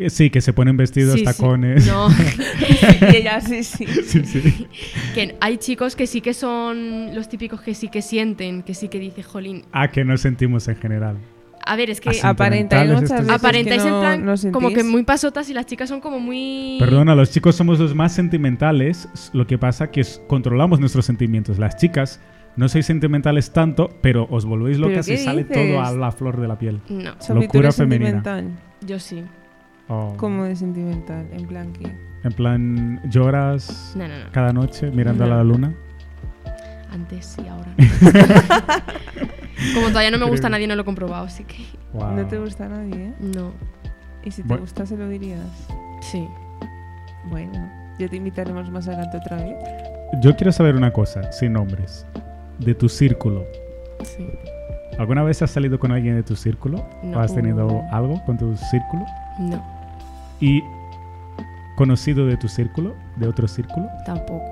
B: Eh, Sí, que se ponen vestidos,
E: sí, sí.
B: tacones. (laughs)
E: No,
D: (laughs) y ella sí, sí.
B: sí,
E: (laughs)
B: sí.
E: que hay chicos que sí que son los típicos que sí que sienten, que sí que dice, "Jolín,
B: Ah, que no sentimos en general.
E: a ver, es que
B: Así
D: aparentáis
B: Sentimentales
D: muchas
B: estos-
D: veces
E: aparentáis
D: que no-
E: en plan
D: no
E: como que
D: sentís.
E: muy pasotas y las chicas son como muy
B: Perdona, los chicos somos los más sentimentales. s- Lo que pasa que es- controlamos nuestros sentimientos. Las chicas no sois sentimentales tanto, pero os volvéis
D: ¿Pero
B: locas y
D: qué
B: sale todo a
D: dices?
B: la flor de la piel.
E: No,
D: Sophie, tú
B: Locura
D: eres
B: femenina.
D: sentimental.
E: yo sí.
B: Oh.
D: ¿Cómo de sentimental? En plan que.
B: En plan, lloras
E: No, no, no.
B: cada noche mirando a
E: No.
B: la luna.
E: Antes y
B: (laughs)
E: ahora. (laughs) como todavía no me gusta,
B: Increíble.
E: nadie no lo he comprobado, así que
B: Wow.
D: No te gusta a nadie, ¿eh?
E: no.
D: Y si te
B: Bueno.
D: gusta, se lo dirías.
E: Sí.
D: Bueno, ya te invitaremos más adelante otra vez.
B: Yo quiero saber una cosa, sin nombres, de tu círculo.
E: Sí.
B: ¿Alguna vez has salido con alguien de tu círculo?
E: No.
B: ¿O has tenido
D: Uh.
B: algo con tu círculo?
E: No,
B: ¿Y conocido de tu círculo? ¿De otro círculo?
E: tampoco.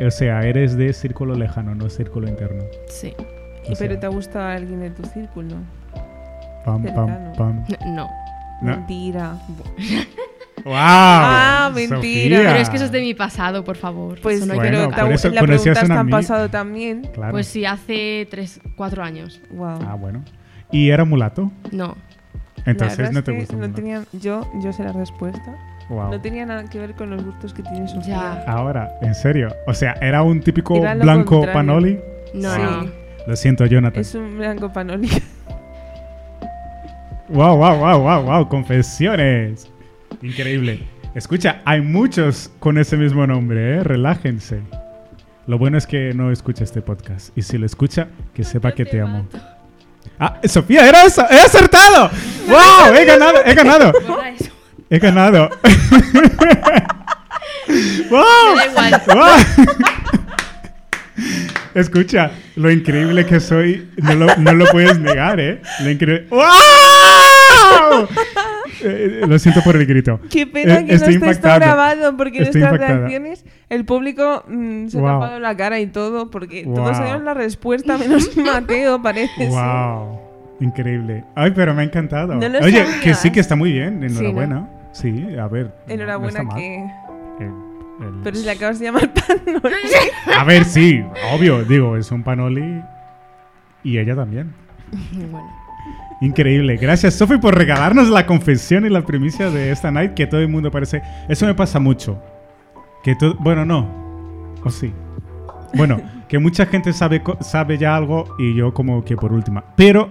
B: O sea, eres de círculo lejano, no círculo interno.
E: Sí.
B: O sea,
D: Pero te ha gustado alguien de tu círculo.
B: pam, pam,
D: cercano. (laughs)
B: pam.
E: No.
B: No.
D: Mentira.
B: ¡Wow!
D: Ah, mentira.
B: Sofía.
E: Pero es que eso es de mi pasado, por favor.
D: Pues
E: Eso no hay que
B: Bueno,
D: pero te ha-
B: por eso
D: la pregunta
B: conocías a
D: está
B: una
D: en
B: amiga.
D: pasado también.
B: Claro.
E: Pues sí, hace tres, cuatro años.
D: Wow.
B: Ah, bueno. ¿Y era mulato?
E: No.
B: Entonces no te gusta
D: no
B: mulato.
D: tenía, yo, yo sé la respuesta.
B: Wow.
D: No tenía nada que ver con los gustos que tiene su
E: Ya.
B: Ahora, en serio. O sea, era un típico
D: Era lo
B: blanco
D: contrario.
B: panoli.
E: No,
D: Sí.
E: no.
B: Lo siento, Jonathan.
D: Es un blanco panoli.
B: Wow, wow, wow, wow, wow, confesiones. Increíble. Escucha, hay muchos con ese mismo nombre, ¿eh? Relájense. Lo bueno es que no escucha este podcast. Y si lo escucha, que sepa que te amo. Ah, Sofía, era eso. ¡He acertado! ¡Wow! ¡He ganado! ¡He ganado!
E: Borra eso.
B: ¡He
E: (laughs)
B: ganado! ¡Wow!
E: Me da igual.
B: ¡Wow! Escucha, lo increíble que soy, no lo, no lo puedes negar, ¿eh? Lo increíble. ¡Wow! Eh, eh, lo siento por el grito.
D: (laughs) (laughs) Qué pena
B: Eh,
D: que
B: estoy
D: no esté esto
B: impactado.
D: grabado, porque
B: Estoy
D: nuestras
B: impactada.
D: reacciones, el público mm, se
B: Wow.
D: ha tapado la cara y todo, porque
B: Wow.
D: todos sabían la respuesta, menos (laughs) Mateo, parece.
B: ¡Wow! Increíble. Ay, pero me ha encantado.
D: No lo
B: Oye,
D: sabías.
B: que sí que está muy bien. Enhorabuena.
E: ¿no?
B: Sí, a ver. no- no está
D: Enhorabuena
B: mal.
D: que...
B: El- el-
D: Pero si le acabas de llamar (laughs) Panoli.
B: A ver, sí, obvio. Digo, es un panoli. Y ella también.
E: Bueno,
B: Increíble. Gracias, Sofi, por regalarnos la confesión y la primicia de esta night que todo el mundo parece. Eso me pasa mucho. Que todo. Bueno, no. O sí.
D: (laughs)
B: Bueno, que mucha gente sabe, co- sabe ya algo y yo, como que por última. Pero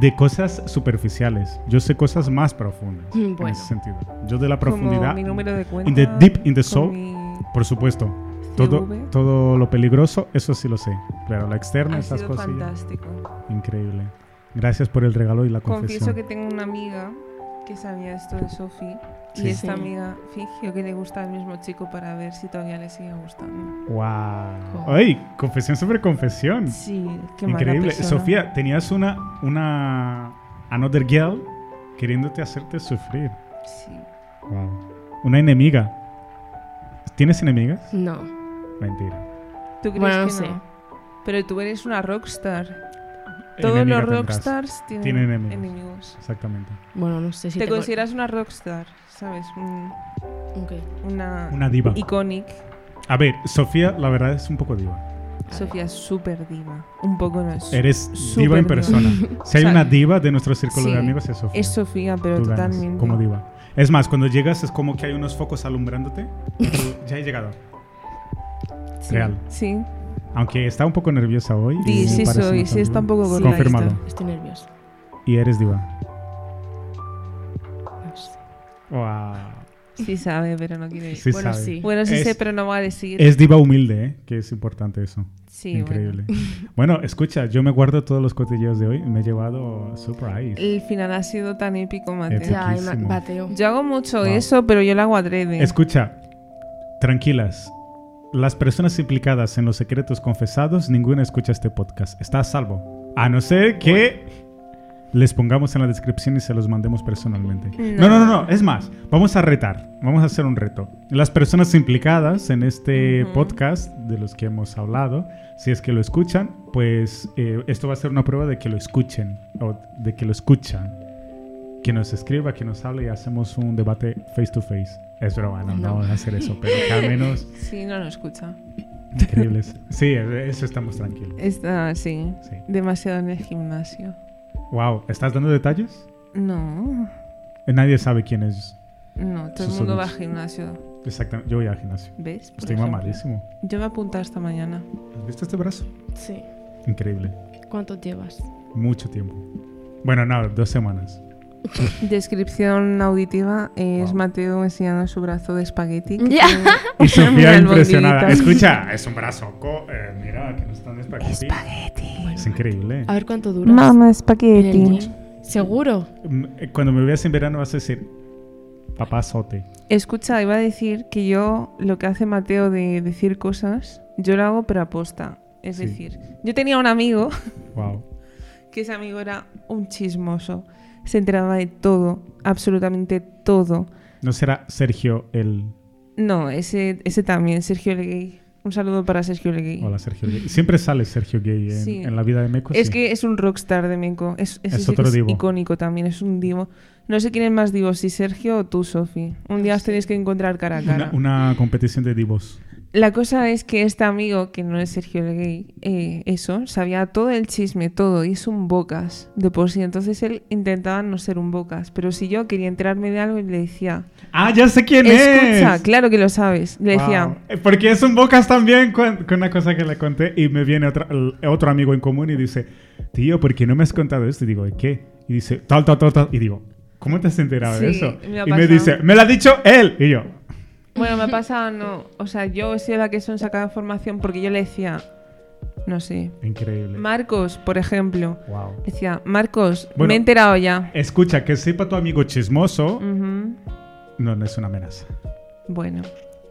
B: de cosas superficiales. Yo sé cosas más profundas.
E: Mm,
B: En
E: bueno.
B: ese sentido. Yo de la
D: Como
B: profundidad.
D: mi número de cuenta.
B: in the deep, in the
D: con
B: soul.
D: mi-
B: Por supuesto. Todo,
D: CV.
B: todo lo peligroso, eso sí lo sé. Claro, la externa,
D: Ha
B: esas
D: sido
B: cosas.
D: fantástico.
B: Increíble. Gracias por el regalo y la confesión.
D: Confieso que tengo una amiga que sabía esto de Sofi. Y
B: Sí.
D: esta
E: Sí.
D: amiga fingió que le gusta al mismo chico para ver si todavía le sigue gustando.
B: ¡Wow!
E: Jo.
B: ¡Ay! Confesión sobre confesión.
D: Sí, qué mala
B: Increíble.
D: persona.
B: Sofía, tenías una, una Another Girl queriéndote hacerte sufrir.
D: Sí.
B: ¡Wow! Una enemiga. ¿Tienes enemigas?
E: no.
B: Mentira.
D: ¿Tú crees
E: Bueno, no
D: que
E: sé.
D: no? Pero tú eres una rockstar. Todos
B: Enemiga
D: los
B: tendrás.
D: rockstars tienen,
B: Tienen enemigos.
D: enemigos.
B: Exactamente.
E: Bueno, no sé si
D: Te
E: tengo-
D: consideras una rockstar, ¿sabes? Un-
E: Ok.
D: una,
B: Una diva.
D: iconic.
B: A ver, Sofía, la verdad es un poco diva.
D: Sofía es súper diva. Un poco no es.
B: Eres
D: Súper
B: diva en
D: diva.
B: persona. Si hay
D: O sea,
B: una diva de nuestro círculo
D: sí,
B: de amigos, es Sofía.
D: Es Sofía, pero
B: Tú ganas,
D: totalmente.
B: como diva. Es más, cuando llegas es como que hay unos focos alumbrándote. Tú, ya he llegado.
D: Sí,
B: Real.
D: Sí.
B: Aunque está un poco nerviosa hoy. y
D: Di,
B: me
D: sí
B: parece
D: soy,
B: una
D: sí está un
B: tonta.
D: poco
E: Sí,
B: Confirmado.
E: estoy- Estoy nerviosa.
B: Y eres diva.
E: No sé.
B: Wow.
D: Sí sabe, pero no quiere ir.
B: Sí
E: Bueno,
B: sabe.
E: sí.
D: Bueno, sí
B: Es-
D: sé, pero no va a decir.
B: Es diva humilde, ¿eh? que es importante eso.
D: sí,
B: Increíble.
D: bueno.
B: Bueno. escucha, yo me guardo todos los cotilleos de hoy. Me he llevado surprise.
D: El final ha sido tan épico, Mateo.
B: Épico.
E: Ya,
B: Poquísimo.
E: Emma, bateo.
D: Yo hago mucho
B: Wow.
D: eso, pero yo lo hago adrede.
B: Escucha, tranquilas. Las personas implicadas en los secretos confesados, ninguna escucha este podcast. Está a salvo. A no ser que les pongamos en la descripción y se los mandemos personalmente. No, no, no, no. Es más, vamos a retar. Vamos a hacer un reto. Las personas implicadas en este
D: Ujú.
B: podcast de los que hemos hablado, si es que lo escuchan, pues eh, esto va a ser una prueba de que lo escuchen o de que lo escuchan. Que nos escriba, que nos hable y hacemos un debate face to face. Es broma, no, no,
E: No.
B: vamos a hacer eso, pero que al menos (laughs)
D: Sí, no lo escucha.
B: increíbles. Sí, eso estamos tranquilos.
D: Está, sí.
B: Sí.
D: Demasiado en el gimnasio.
B: Wow, ¿estás dando detalles?
D: No.
B: Eh, Nadie sabe quién es
D: No, todo el
B: Sus
D: mundo va al
B: ojos.
D: gimnasio.
B: exactamente. Yo voy al gimnasio.
D: ¿Ves? Por
B: Estoy
D: ejemplo.
B: mamadísimo.
D: Yo me he apuntado esta mañana.
B: ¿Has visto este brazo?
E: Sí.
B: Increíble.
E: ¿Cuánto llevas?
B: Mucho tiempo. Bueno, no, dos (laughs) semanas.
D: Descripción auditiva es
B: Wow.
D: Mateo enseñando su brazo de espagueti. que
E: Ya.
D: tiene-
B: Y
D: Mira
B: Sofía
D: el
B: impresionada.
D: bondiguito.
B: Escucha, es un brazo. co- eh, mira, que no están espagueti.
D: Espagueti.
B: Es increíble.
E: A ver cuánto duras.
D: Mamá,
E: en el
D: espagueti.
E: gym. Seguro.
B: Mm, eh, Cuando me veas en verano vas a decir, papá sote.
D: Escucha, iba a decir que yo lo que hace Mateo de decir cosas, yo lo hago pero aposta. Es
B: Sí.
D: decir, yo tenía un amigo, (laughs)
B: Wow.
D: que ese amigo era un chismoso. Se enteraba de todo, absolutamente todo.
B: No será Sergio el...
D: No, ese, ese también, Sergio Legay. Un saludo para Sergio Legay.
B: Hola, Sergio Gay. Siempre sale Sergio Gay en,
D: Sí.
B: en la vida de Meco.
D: Es
B: Pues sí.
D: que es un rockstar de Menco. Es, es,
B: Es
D: ese
B: otro
D: que es
B: divo.
D: icónico también, es un divo. No sé quién es más divo, si Sergio o tú, Sofi. Un día os tenéis que encontrar cara a cara.
B: Una, una competición de divos.
D: La cosa es que este amigo, que no es Sergio el gay, eh, eso, sabía todo el chisme, todo, y es un bocas de por sí. Entonces él intentaba no ser un bocas, pero si yo quería enterarme de algo, le decía,
B: ¡Ah, ya sé quién
D: escucha,
B: es!
D: claro que lo sabes. Le
B: Wow.
D: decía,
B: Eh, Porque es un bocas también con, con una cosa que le conté y me viene otra- el- otro amigo en común y dice, tío, ¿por qué no me has contado esto? Y digo, "¿De ¿qué? Y dice, tal, tal, tal, tal. Y digo, ¿cómo te has enterado de
D: Sí,
B: eso?
D: me ha
B: y me
D: pasado.
B: dice, me lo ha dicho él. Y yo,
D: bueno, me ha pasado, no, o sea, yo he sido la que son sacada información porque yo le decía, No sé.
B: Increíble.
D: Marcos, por ejemplo.
B: wow.
D: Decía, Marcos,
B: Bueno.
D: me he enterado ya.
B: Escucha, que sepa tu amigo chismoso.
D: Ujú.
B: No, no es una amenaza.
D: Bueno,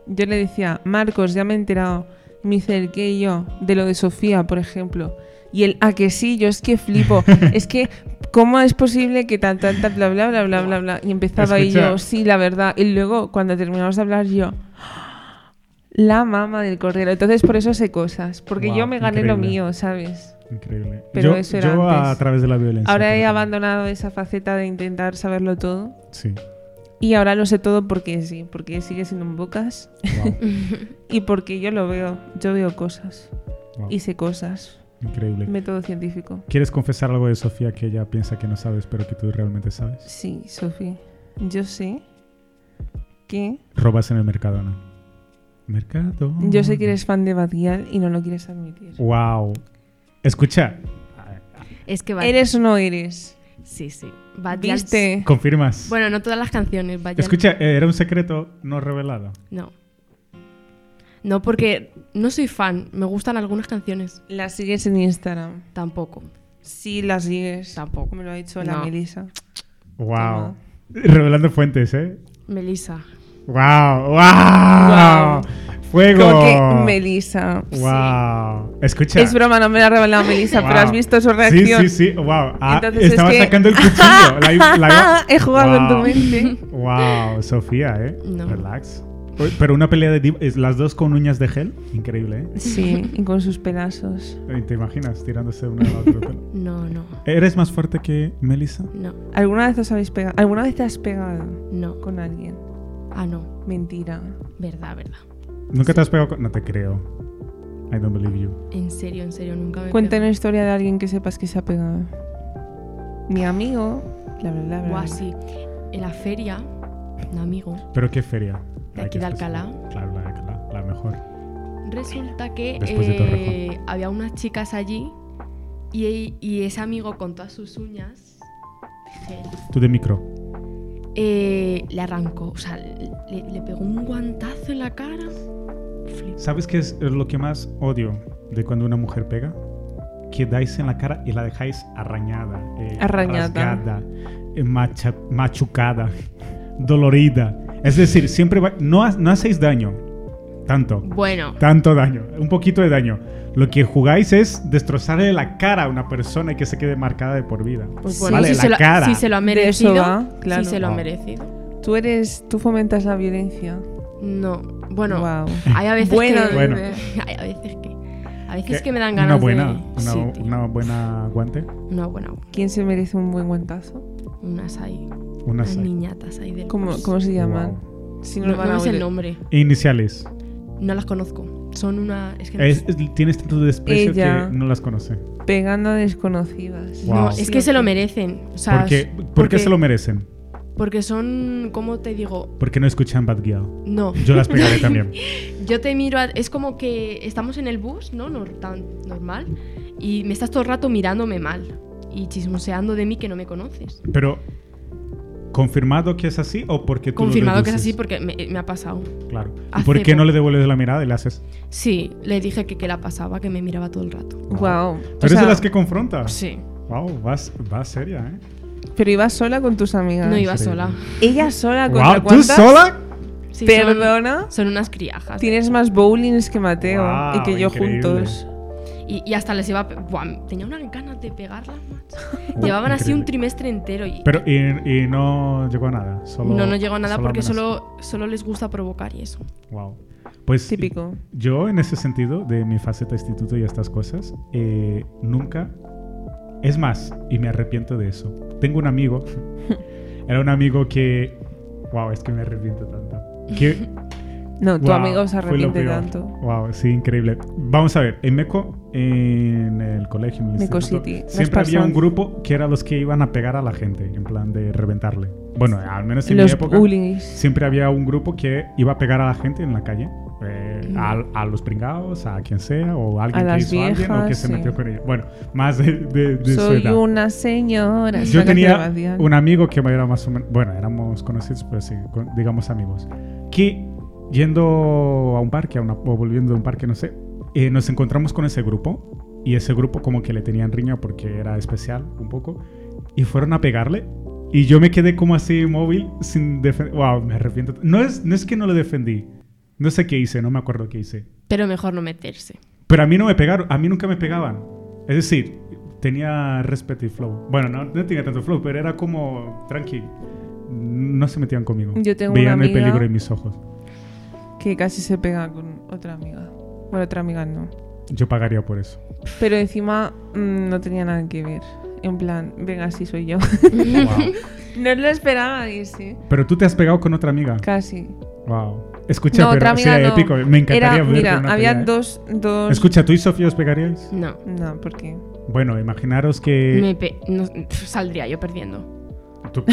D: yo le decía, Marcos, ya me he enterado. Me dice el que y yo, de lo de Sofía, por ejemplo. Y el a que sí, yo es que
B: (laughs)
D: flipo. es que, ¿cómo es posible que tal, tal, tal, bla, bla, bla, bla, bla, bla? Y empezaba y
B: Escucha.
D: yo, sí, la verdad. Y luego, cuando terminamos de hablar, yo, la mama del cordero. Entonces, por eso sé cosas. Porque
B: Guau,
D: yo me gané lo
B: increíble.
D: mío, ¿sabes?
B: Increíble.
D: Pero
B: yo
D: eso era
B: yo a
D: antes.
B: través de la violencia.
D: Ahora
B: por
D: he
B: ejemplo.
D: abandonado esa faceta de intentar saberlo todo.
B: Sí.
D: Y ahora lo sé todo porque sí, porque sigue siendo un bocas.
B: Wow,
D: Y porque yo lo veo, yo veo cosas
B: wow.
D: (laughs) y sé cosas.
B: Increíble.
D: Método científico.
B: ¿Quieres confesar algo de Sofía que ella piensa que no sabes, pero que tú realmente sabes?
D: Sí, Sofi. Yo sé que.
B: Robas en el Mercadona. Mercado.
D: Yo sé que eres fan de Badgial y no lo quieres admitir.
B: Wow. Escucha,
E: Es que va.
D: ¿Eres o no eres?
E: Sí, sí. Bad Gyal-
D: ¿Viste?
B: confirmas.
E: Bueno, no todas las canciones, vaya.
B: Escucha, eh, era un secreto no revelado.
E: No. No, porque no soy fan. Me gustan algunas canciones.
D: ¿La sigues en Instagram?
E: Tampoco.
D: Sí, la sigues.
E: Tampoco.
D: Me lo ha dicho la
E: No.
D: Melissa.
B: Wow. Revelando fuentes, ¿eh?
E: Melissa.
B: Wow, wow.
D: Guau.
B: Fuego.
D: Como que Melissa.
B: Wow. Escucha.
D: Es broma, no me la ha revelado Melissa, pero
B: Wow.
D: has visto su reacción.
B: Sí, sí, sí. Wow. Ah,
D: Entonces es
B: estaba
D: que-
B: sacando el cuchillo. La iba- la iba-
D: (laughs) He jugado en tu
B: Wow.
D: mente.
B: Wow, Sofía, ¿eh?
E: No.
B: Relax. Uy, Pero una pelea de div- es las dos con uñas de gel, increíble, ¿eh?
D: Sí, y con sus pedazos.
B: Eh, ¿Te imaginas tirándose una a la otra?
E: No, no.
B: (laughs) ¿Eres más fuerte que Melissa?
E: No,
D: ¿Alguna vez os habéis pegado? ¿Alguna vez te has pegado
E: no.
D: con alguien?
E: Ah, no.
D: Mentira.
E: Verdad, verdad.
B: Nunca te has pegado con... No te creo. I don't believe you.
E: En serio, en serio, nunca me.
D: Cuenta una historia de alguien que sepas que se ha pegado. Mi amigo. Bla, bla, bla, bla,
E: Guau,
D: bla.
E: sí. En la feria, un amigo.
B: Pero qué feria.
E: De
B: Hay
E: aquí
B: que
E: de
B: especificar.
E: Alcalá.
B: Claro, la de Alcalá, la mejor.
E: Resulta que
B: Después de
E: eh, había unas chicas allí y, y ese amigo con todas sus uñas gel,
B: Tú de micro.
E: eh, le arrancó, o sea, le, le pegó un guantazo en la cara. Flip.
B: ¿Sabes qué es lo que más odio de cuando una mujer pega? Que dais en la cara y la dejáis arrañada, eh,
D: Arrañada.
B: rasgada, eh, macha- machucada, (laughs) dolorida. Es decir, siempre va- no, ha- no hacéis daño, tanto,
E: Bueno,
B: tanto daño, un poquito de daño. Lo que jugáis es destrozarle la cara a una persona y que se quede marcada de por vida.
D: Pues
E: sí,
D: bueno,
B: Vale,
E: si,
B: la
E: se lo,
B: cara.
E: si se lo ha
D: De eso
E: merecido,
D: va, claro.
E: si se lo ha
B: Wow.
E: merecido.
D: Tú eres. Tú fomentas la violencia.
E: No, bueno,
D: Wow.
E: hay a veces
D: Bueno,
E: que
B: Bueno.
E: (laughs) hay a veces que a
B: Que
E: veces que me dan ganas
B: Eh, una buena,
E: de
B: una,
E: Sí, tío,
B: una buena guante,
E: una buena,
D: ¿Quién se merece un buen guantazo?
E: unas ahí,
B: una
E: unas
B: sai-
E: niñatas ahí del
D: ¿Cómo,
E: curso.
D: cómo se llaman?
B: Wow. E
D: Si
E: Pues, no,
D: lo van
E: no
D: a
E: me sé el
D: oler.
E: nombre.
B: Iniciales.
E: No las conozco. Son una. Es que no,
B: Es- es- tienes tanto desprecio
D: Ella.
B: que no las conoce.
D: Pegando a desconocidas.
E: no,
B: Wow.
E: es que se lo merecen. O sea,
B: ¿Por qué?
E: es-
B: ¿Por qué
E: porque-
B: se lo merecen?
E: Porque son. ¿Cómo te digo?
B: Porque no escuchan Bad Girl.
E: No.
B: Yo las
E: (laughs)
B: pegaré también.
E: Yo te miro. a- es como que estamos en el bus, ¿no? No tan normal. Y me estás todo el rato mirándome mal. Y chismoseando de mí que no me conoces.
B: Pero, ¿confirmado que es así o porque tú lo
E: Confirmado que es así
B: deduces?
E: porque me, me ha pasado.
B: Claro. ¿Y
E: Hace
B: por qué no
E: poco.
B: le devuelves la mirada y le haces?
E: Sí, le dije que qué la pasaba, que me miraba todo el rato.
D: Wow.
B: Pero eres de las que confrontas.
E: Sí.
B: Wow, vas, vas seria, ¿eh?
D: Pero ibas sola con tus amigas.
E: No iba
B: increíble.
E: sola.
D: Ella
E: Ah,
D: sola con
B: Wow, ¿tú sola?
E: Sí, son-
D: Perdona.
E: Son unas criajas. ¿eh?
D: Tienes más bowlings que Mateo
B: Guau,
D: y que yo
B: increíble.
D: juntos.
E: Y, y hasta les iba a pe- Buah, tenía unas ganas de pegarlas,
B: (laughs)
E: macho.
B: Wow,
E: Llevaban así un
B: increíble.
E: trimestre entero y
B: Pero, y, y no llegó a nada. Solo,
E: no, no llegó a nada porque
B: amenaza.
E: solo, solo les gusta provocar y eso.
B: Wow. Pues
D: Típico.
B: Yo, en ese sentido, de mi faceta instituto y estas cosas, eh, nunca. Es más, y me arrepiento de eso. Tengo un amigo. era un amigo que. Wow, es que me arrepiento tanto. Que,
D: No, tu
B: wow,
D: amigo se
B: fue lo
D: arrepiente
B: peor.
D: tanto.
B: Wow, sí, increíble. Vamos a ver, en Meco, en el colegio, en el
D: Meco
B: instituto,
D: City, nos
B: siempre había
D: pasan-
B: un grupo que era los que iban a pegar a la gente, en plan de reventarle. Bueno, al menos en mi
D: Los
B: época
D: bullies.
B: siempre había un grupo que iba a pegar a la gente en la calle. eh,
E: Mm.
B: al- a, los pringados, a quien sea, o a alguien
D: A
B: que
D: las
B: hizo a alguien o que
D: viejas,
B: se
D: sí.
B: metió con ella. Bueno, más de, de- de su
D: Soy
B: edad.
D: una señora.
B: Yo
D: Suena
B: tenía
D: grabación.
B: un amigo que era más o menos. Bueno, éramos conocidos, pero sí, con- digamos amigos. Que yendo a un parque, a una- o volviendo de un parque, no sé, eh, nos encontramos con ese grupo y ese grupo como que le tenían riña porque era especial un poco y fueron a pegarle y yo me quedé como así móvil sin defender. Wow, me arrepiento. No es, no es que no le defendí. No sé qué hice, no me acuerdo qué hice.
E: Pero mejor no meterse.
B: Pero a mí no me pegaron, a mí nunca me pegaban. Es decir, tenía respeto y flow. Bueno, no, no tenía tanto flow, pero era como tranqui. No se metían conmigo.
D: Yo tengo una
B: Veían el
D: amiga-
B: peligro en mis ojos.
D: Que casi se pega con otra amiga. Bueno, otra amiga no.
B: Yo pagaría por
D: (laughs)
B: eso.
D: Pero encima mm, no tenía nada que ver. En plan, venga, así soy yo. (laughs)
B: Wow.
D: no lo esperaba y sí.
B: Pero tú te has pegado con otra amiga.
D: Casi.
B: Wow. Escucha,
D: no,
B: pero
D: otra amiga
B: sería
D: no.
B: épico. Me encantaría
D: Era-
B: verte
D: Mira,
B: en una
D: había
B: pelea, ¿eh?
D: dos, dos...
B: Escucha, ¿tú y Sofía os pegaríais?
E: No.
D: No, porque...
B: Bueno, imaginaros que...
E: Me pe- no- (laughs) saldría yo perdiendo.
B: Tú-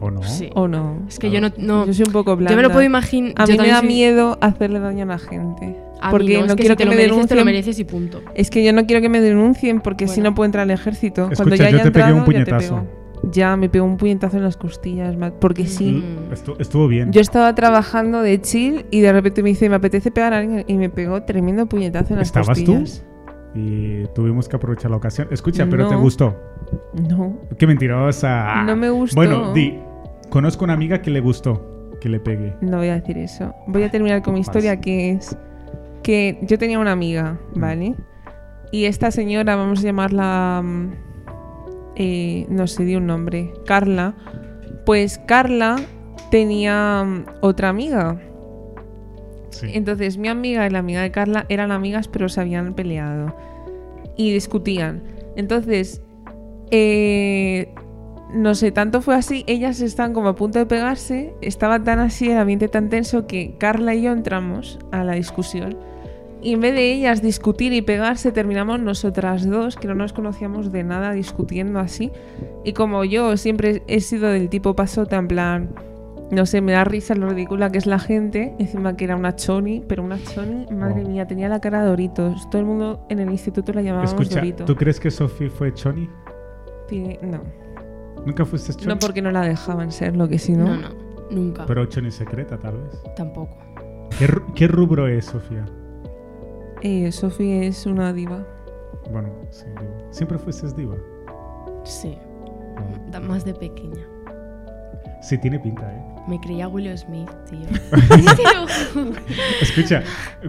B: ¿O no?
E: Sí.
D: O no.
E: Es que yo no. no-
D: Yo soy un poco blanda.
E: yo me lo puedo imaginar.
D: A mí me da miedo hacerle daño a la gente. porque no
E: no, es que
D: quiero
E: si te
D: que
E: lo
D: me
E: mereces, te lo
D: denuncien.
E: mereces y punto.
D: Es que yo no quiero que me denuncien porque si
E: Bueno.
D: no puedo entrar al ejército. Cuando
B: Escucha,
D: ya
B: yo
D: haya
B: te pegué
D: entrado,
B: un
D: Ya,
B: puñetazo.
D: te pego. Ya, me pegó un puñetazo en las costillas, ma- porque sí.
E: Mm.
B: Estu- estuvo bien.
D: Yo estaba trabajando de chill y de repente me dice, me apetece pegar a alguien y me pegó tremendo puñetazo en las
B: ¿Estabas
D: costillas.
B: tú? Y tuvimos que aprovechar la ocasión. Escucha, pero te
D: No.
B: gustó.
D: ¿Estabas tú? No.
B: Qué mentirosa.
D: No me gustó.
B: Bueno, di. Conozco una amiga que le gustó que le pegué.
D: No voy a decir eso. Voy a terminar con mi
B: Pasa.
D: historia que es que yo tenía una amiga, ¿vale? Y esta señora, vamos a llamarla, mm, eh, no sé, di un nombre, Carla. Pues Carla tenía mm, otra amiga.
B: Sí.
D: Entonces mi amiga y la amiga de Carla eran amigas pero se habían peleado y discutían. Entonces, eh, no sé, tanto fue así, ellas están como a punto de pegarse, estaba tan así el ambiente tan tenso que Carla y yo entramos a la discusión y en vez de ellas discutir y pegarse, terminamos nosotras dos, que no nos conocíamos de nada, discutiendo así. Y como yo siempre he sido del tipo pasota, en plan, no sé, me da risa lo ridícula que es la gente. Encima que era una choni, pero una choni, madre
B: Wow.
D: mía, tenía la cara de Doritos. Todo el mundo en el instituto la llamábamos
B: Escucha,
D: Dorito.
B: ¿tú crees que Sophie fue Choni?
D: Tiene- No,
B: Nunca fuiste Choni.
D: no porque no la dejaban ser, lo que si no.
E: No, no. Nunca.
B: Pero Choni secreta, tal vez.
E: Tampoco.
B: ¿Qué, ru- qué rubro es, Sofía?
D: Eh, Sophie es una diva.
B: Bueno, sí, diva. Siempre fuiste diva.
E: Sí.
B: Wow.
E: Da- Más de pequeña.
B: Sí, tiene pinta, ¿eh?
E: Me creía Willow Smith,
B: (laughs)
E: tío. (laughs) Te lo juro.
B: Escucha,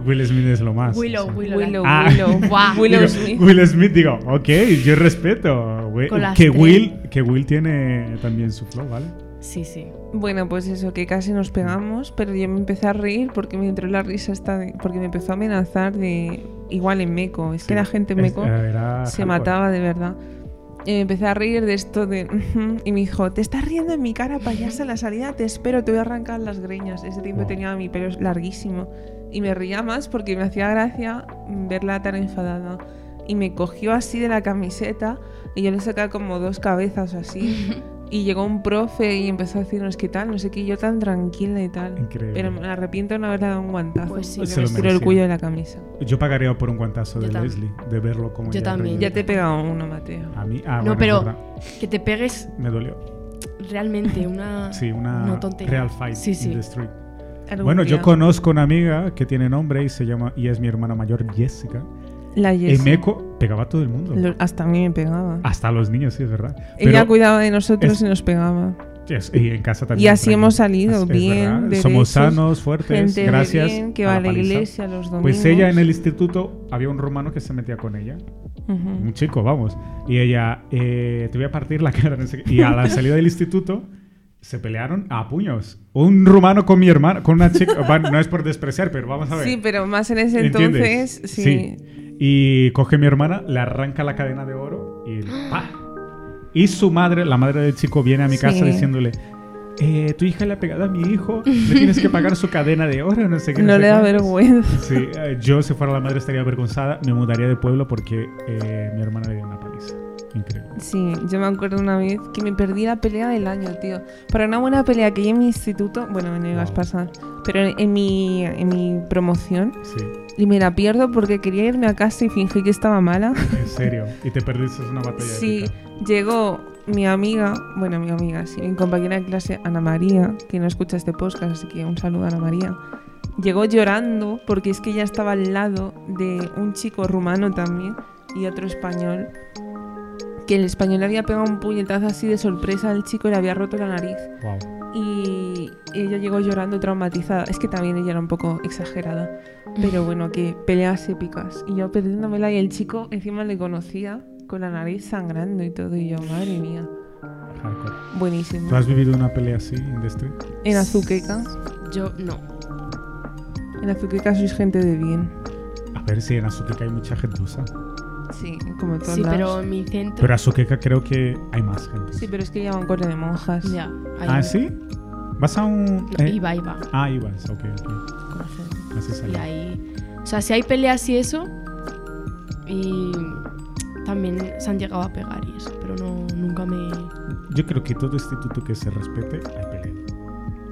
B: Will Smith es lo más.
E: Willow,
B: o sea.
E: Willow. la-
D: Willow,
B: Ah.
D: Willow,
B: (laughs)
E: Guau.
D: Willow
B: Digo,
D: Smith.
B: Will Smith, digo, ok, yo respeto. Will-
E: Con las
B: que,
E: tres.
B: Will, que Will tiene también su flow, ¿vale?
E: Sí, sí.
D: Bueno, pues eso, que casi nos pegamos, pero yo me empecé a reír porque me entró la risa esta de- porque me empezó a amenazar de igual en Meco, es que la gente en
B: Es- eh, ah,
D: Meco
B: era
D: se
B: hardcore.
D: mataba de verdad. Y me empecé a reír de esto de y me dijo, "Te estás riendo en mi cara, payasa, en la salida te espero, te voy a arrancar las greñas." Ese tiempo
B: Wow.
D: tenía mi pelo larguísimo y me reía más porque me hacía gracia verla tan enfadada. Y me cogió así de la camiseta y yo le sacaba como dos cabezas o así.
B: (laughs)
D: Y llegó un profe y empezó a decirnos qué tal, no sé qué, y yo tan tranquila y tal.
B: Increíble.
D: Pero me arrepiento de no haberle dado un guantazo.
E: Pues sí,
B: Se
E: lo
B: lo
E: sé.
D: Pero el
B: merecía.
D: cuello de la camisa.
B: Yo pagaría por un guantazo
E: Yo
B: de
E: tam-
B: Leslie, de verlo como
E: Yo
B: ella
E: también.
B: reía.
D: Ya te he pegado uno, Mateo.
B: A mí, ah,
E: No,
B: bueno,
E: pero-
B: es verdad,
E: Que te pegues
B: Me dolió. (laughs)
E: realmente una.
B: Sí, una
E: No, tontería.
B: real fight
E: Sí, sí.
B: in the street.
D: Algún
B: Bueno, yo
D: día.
B: conozco una amiga que tiene nombre y se llama y es mi hermana mayor Jessica.
D: La
B: En
D: Jessie.
B: Meco pegaba a todo el mundo.
D: Lo- hasta a mí me pegaba.
B: Hasta a los niños, sí, es verdad.
D: Ella
B: Pero-
D: cuidaba de nosotros
B: es-
D: y nos pegaba.
B: Yes, y en casa también.
D: Y así
B: tranquilo.
D: hemos salido,
B: Es- es
D: bien,
B: verdad. Somos
D: derechos,
B: sanos, fuertes,
D: Gente de
B: gracias.
D: bien que
B: a
D: va a
B: la
D: la
B: paliza.
D: iglesia los domingos.
B: Pues ella en el instituto había un romano que se metía con ella,
D: Ujú.
B: un chico, vamos, y ella eh, te voy a partir la cara. (laughs) no sé qué. Y a la salida del instituto se pelearon a puños. Un rumano con mi hermana, con una chica. (laughs) bueno, no es por despreciar, pero vamos a ver.
D: Sí, pero más en ese
B: ¿Entiendes?
D: entonces, sí.
B: Y coge mi hermana, le arranca la cadena de oro y ¡pa! Y su madre, la madre del chico, viene a mi casa
D: Sí.
B: diciéndole: "Eh, Tu hija le ha pegado a mi hijo, le tienes que pagar su cadena de oro, no sé qué.
D: No
B: sé
D: le da
B: cuántos".
D: vergüenza. (laughs)
B: Sí, eh, yo si fuera la madre estaría avergonzada, me mudaría de pueblo porque eh, mi hermana le dio una paliza. Increíble.
D: Sí, yo me acuerdo una vez que me perdí la pelea del año, tío. Para una buena pelea que hay en mi instituto, bueno, no ibas a
B: Wow.
D: pasar, pero en, en mi, en mi promoción,
B: Sí,
D: y me la pierdo porque quería irme a casa y fingí que estaba mala.
B: en serio. Y te perdiste una batalla.
D: Sí,
B: épica.
D: llegó mi amiga, bueno, mi amiga, sí, mi compañera de clase, Ana María, que no escucha este podcast, así que un saludo a Ana María. Llegó llorando porque es que ella estaba al lado de un chico rumano también y otro español, que el español le había pegado un puñetazo así de sorpresa al chico y le había roto la nariz.
B: Wow.
D: Y ella llegó llorando traumatizada. Es que también ella era un poco exagerada. Pero bueno, que peleas épicas. Y yo perdiéndomela y el chico encima le conocía con la nariz sangrando y todo. Y yo, madre mía,
B: Hardcore.
D: buenísimo.
B: ¿Tú has vivido una pelea así en The Street?
D: En Azuqueca,
E: Yo no.
D: en Azuqueca sois gente de bien.
B: A ver si en Azuqueca hay mucha gentuza.
D: Sí, como en todos
E: Sí, pero
D: lados.
E: en mi centro.
B: Pero Azuqueca creo que hay más gente.
D: Sí, pero es que llevan corte de monjas.
E: Ya, ahí
B: ¿Ah,
E: no.
B: sí? ¿Vas a un...? eh?
E: Iba, iba.
B: Ah, ibas, ok, ok. Así
E: Y
B: salió.
E: ahí. O sea, si hay peleas y eso. Y también se han llegado a pegar y eso. Pero no, nunca me.
B: Yo creo que todo este instituto que se respete, hay pelea.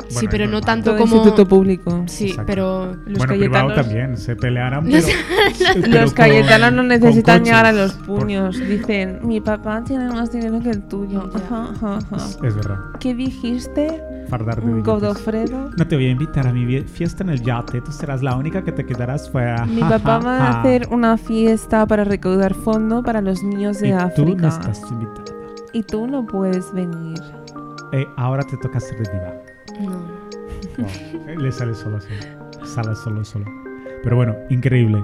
E: sí,
B: es
E: pero no
B: normal.
E: tanto
D: Todo
E: como.
D: instituto público.
E: Sí,
B: Exacto. (laughs)
E: pero.
D: Los
B: bueno, privado
D: cayetanos-
B: también, se pelearán, pero,
E: Los-
D: (laughs)
B: pero
D: Los
B: con-
D: cayetanos no
B: con
D: necesitan llegar a
B: coches,
D: los
B: por-
D: puños. Dicen, mi papá tiene más dinero que el tuyo.
E: Ya.
D: Ajá, ajá, ajá.
B: pues, Es verdad,
D: ¿Qué dijiste,
B: fardar de billetes.
D: Godofredo?
B: No te voy a invitar a mi vie- fiesta en el yate, tú serás la única que te quedarás fuera.
D: Mi
B: Ja,
D: papá
B: ja,
D: va a
B: ja.
D: hacer una fiesta para recaudar fondo para los niños de
B: Y tú
D: África.
B: no estás invitada.
D: Y tú no puedes venir.
B: Eh, ahora te toca ser de diva.
E: No.
B: Wow. Eh, Le sale solo, solo. Sale solo, solo. Pero bueno, increíble.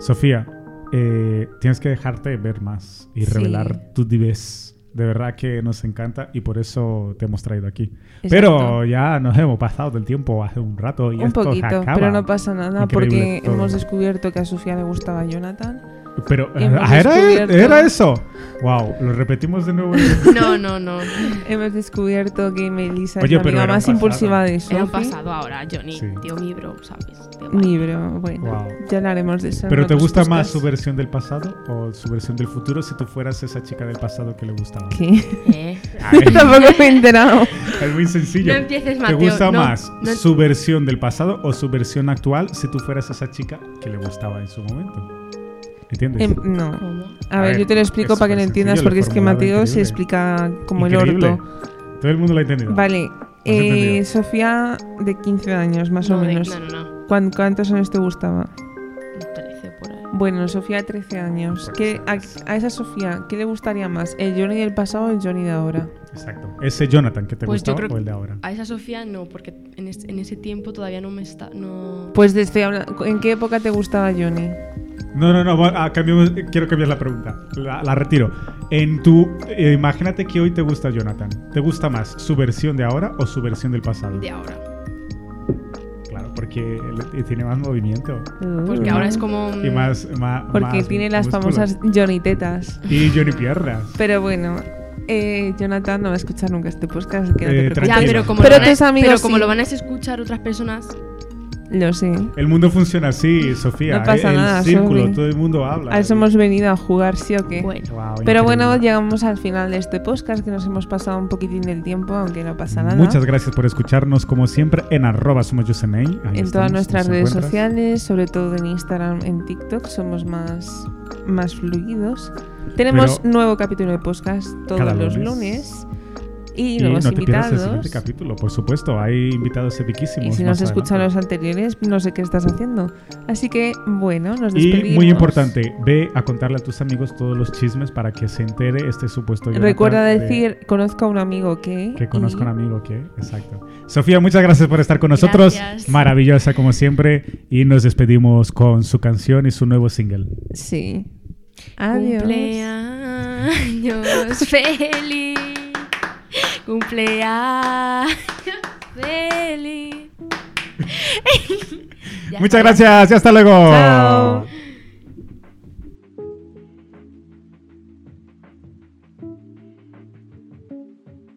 B: Sofía, eh, tienes que dejarte ver más y
D: Sí.
B: revelar tus dives. De verdad que nos encanta y por eso te hemos traído aquí.
D: Exacto.
B: Pero ya nos hemos pasado del tiempo hace un rato y
D: un
B: esto se
D: poquito,
B: acaba.
D: pero no pasa nada
B: Increíble
D: porque
B: todo.
D: hemos descubierto que a Sofía le gustaba Jonathan.
B: Pero,
D: Y hemos
B: (laughs) ah, era,
D: descubierto-
B: era eso. Wow, lo repetimos de
D: (laughs)
B: nuevo.
E: No, no, no.
D: Hemos descubierto que Melissa
B: Oye,
D: es la
B: pero
D: amiga
B: era un
D: más
B: pasado.
D: impulsiva de
E: Era un
D: Sofía.
E: pasado ahora, Johnny.
B: Sí.
E: Tío, mi bro, ¿sabes? Tío, bye.
D: Libro, bueno,
B: Wow.
D: ya hablaremos de eso. en
B: pero ¿te
D: otros
B: gusta más su
D: podcasts.
B: versión del pasado o su versión del futuro si tú fueras esa chica del pasado que le gustaba?
D: ¿Qué?
B: (laughs)
E: Eh.
D: (laughs)
B: Ay,
D: Tampoco me he enterado.
B: es muy sencillo.
E: No empieces,
B: ¿Te
E: Mateo.
B: gusta
E: no,
B: más
E: no-
B: su versión del pasado o su versión actual si tú fueras esa chica que le gustaba en su momento? ¿Entiendes?
D: Em, no.
E: ¿Cómo?
D: A,
B: A
D: ver,
B: ver,
D: yo te lo explico
B: es
D: para que lo
B: súper
D: entiendas,
B: sencillo, lo
D: porque es que
B: formulado
D: Mateo se
B: increíble.
D: explica como
B: Increíble.
D: el orto.
B: Todo el mundo lo ha entendido.
D: Vale,
B: Lo has
D: eh,
B: entendido.
D: Sofía de 15 años, más o
E: No, de-
D: menos.
E: No, no, no.
D: ¿Cuán- ¿Cuántos años te gustaba?
E: Trece por ahí.
D: Bueno, Sofía 13 años.
B: Pues
D: ¿Qué, a,
B: sabes.
D: a esa Sofía, ¿qué le gustaría más? ¿El Johnny del pasado o el Johnny de ahora?
B: Exacto. Ese Jonathan que te
E: Pues yo
B: gustaba
E: creo
B: o el de ahora.
E: A esa Sofía no, porque en, es- en ese tiempo todavía no me está. No.
D: Pues te estoy hablando. ¿En qué época te gustaba Johnny?
B: No, no, no. va- ah, cambiamos- eh, quiero cambiar la pregunta. La, la retiro. En tu, eh, imagínate que hoy te gusta Jonathan. ¿Te gusta más su versión de ahora o su versión del pasado?
E: De ahora.
B: Claro, porque él eh, tiene más movimiento
E: Porque
D: Uh.
E: ahora es como.
B: y más, más
D: Porque
B: más
D: tiene las
B: músculo.
D: famosas Johnny tetas.
B: y Johnny piernas.
D: Pero bueno, eh, Jonathan no va a escuchar nunca este podcast, así que no te
B: Eh,
D: preocupes.
E: Ya,
B: tranquila.
E: pero como,
D: Pero
E: lo, van a-
D: tus amigos
E: pero como
D: sí.
E: lo van a escuchar otras personas.
D: Lo sé.
B: El mundo funciona así, Sofía.
D: No pasa
B: el, el
D: nada,
B: círculo,
D: Sofi.
B: todo el mundo habla.
D: A eso hemos venido a jugar, ¿sí o qué?
E: Bueno.
B: Wow, increíble.
D: Pero bueno, llegamos al final de este podcast que nos hemos pasado un poquitín del tiempo, aunque no pasa nada.
B: Muchas gracias por escucharnos, como siempre, en arroba somos Yusenei. Ahí
D: en
B: estamos,
D: todas nuestras
B: nos
D: redes
B: encuentras.
D: sociales, sobre todo en Instagram, en TikTok, somos más, más fluidos. Tenemos
B: Pero-
D: nuevo capítulo de podcast todos
B: Cada
D: los
B: lunes.
D: lunes. Y,
B: Y
D: nuevos
B: no te pierdas el
D: invitados.
B: siguiente capítulo, por supuesto. Hay invitados epiquísimos.
D: Y si no
B: más
D: has escuchado los
B: adelante.
D: anteriores, no sé qué estás haciendo. Así que, bueno, nos despedimos.
B: Y muy importante, ve a contarle a tus amigos todos los chismes para que se entere este supuesto. Jonathan
D: Recuerda
B: de-
D: decir, conozco a un amigo que...
B: Que conozco a un
D: y-
B: amigo que, exacto. Sofía, muchas gracias por estar con nosotros.
E: Gracias.
B: Maravillosa como siempre. Y nos despedimos con su canción y su nuevo single.
D: Sí. Adiós.
E: Cumpleaños
D: (laughs)
E: feliz. Cumpleaños feliz. Ya
B: muchas
E: está.
B: gracias y hasta luego.
D: Chao.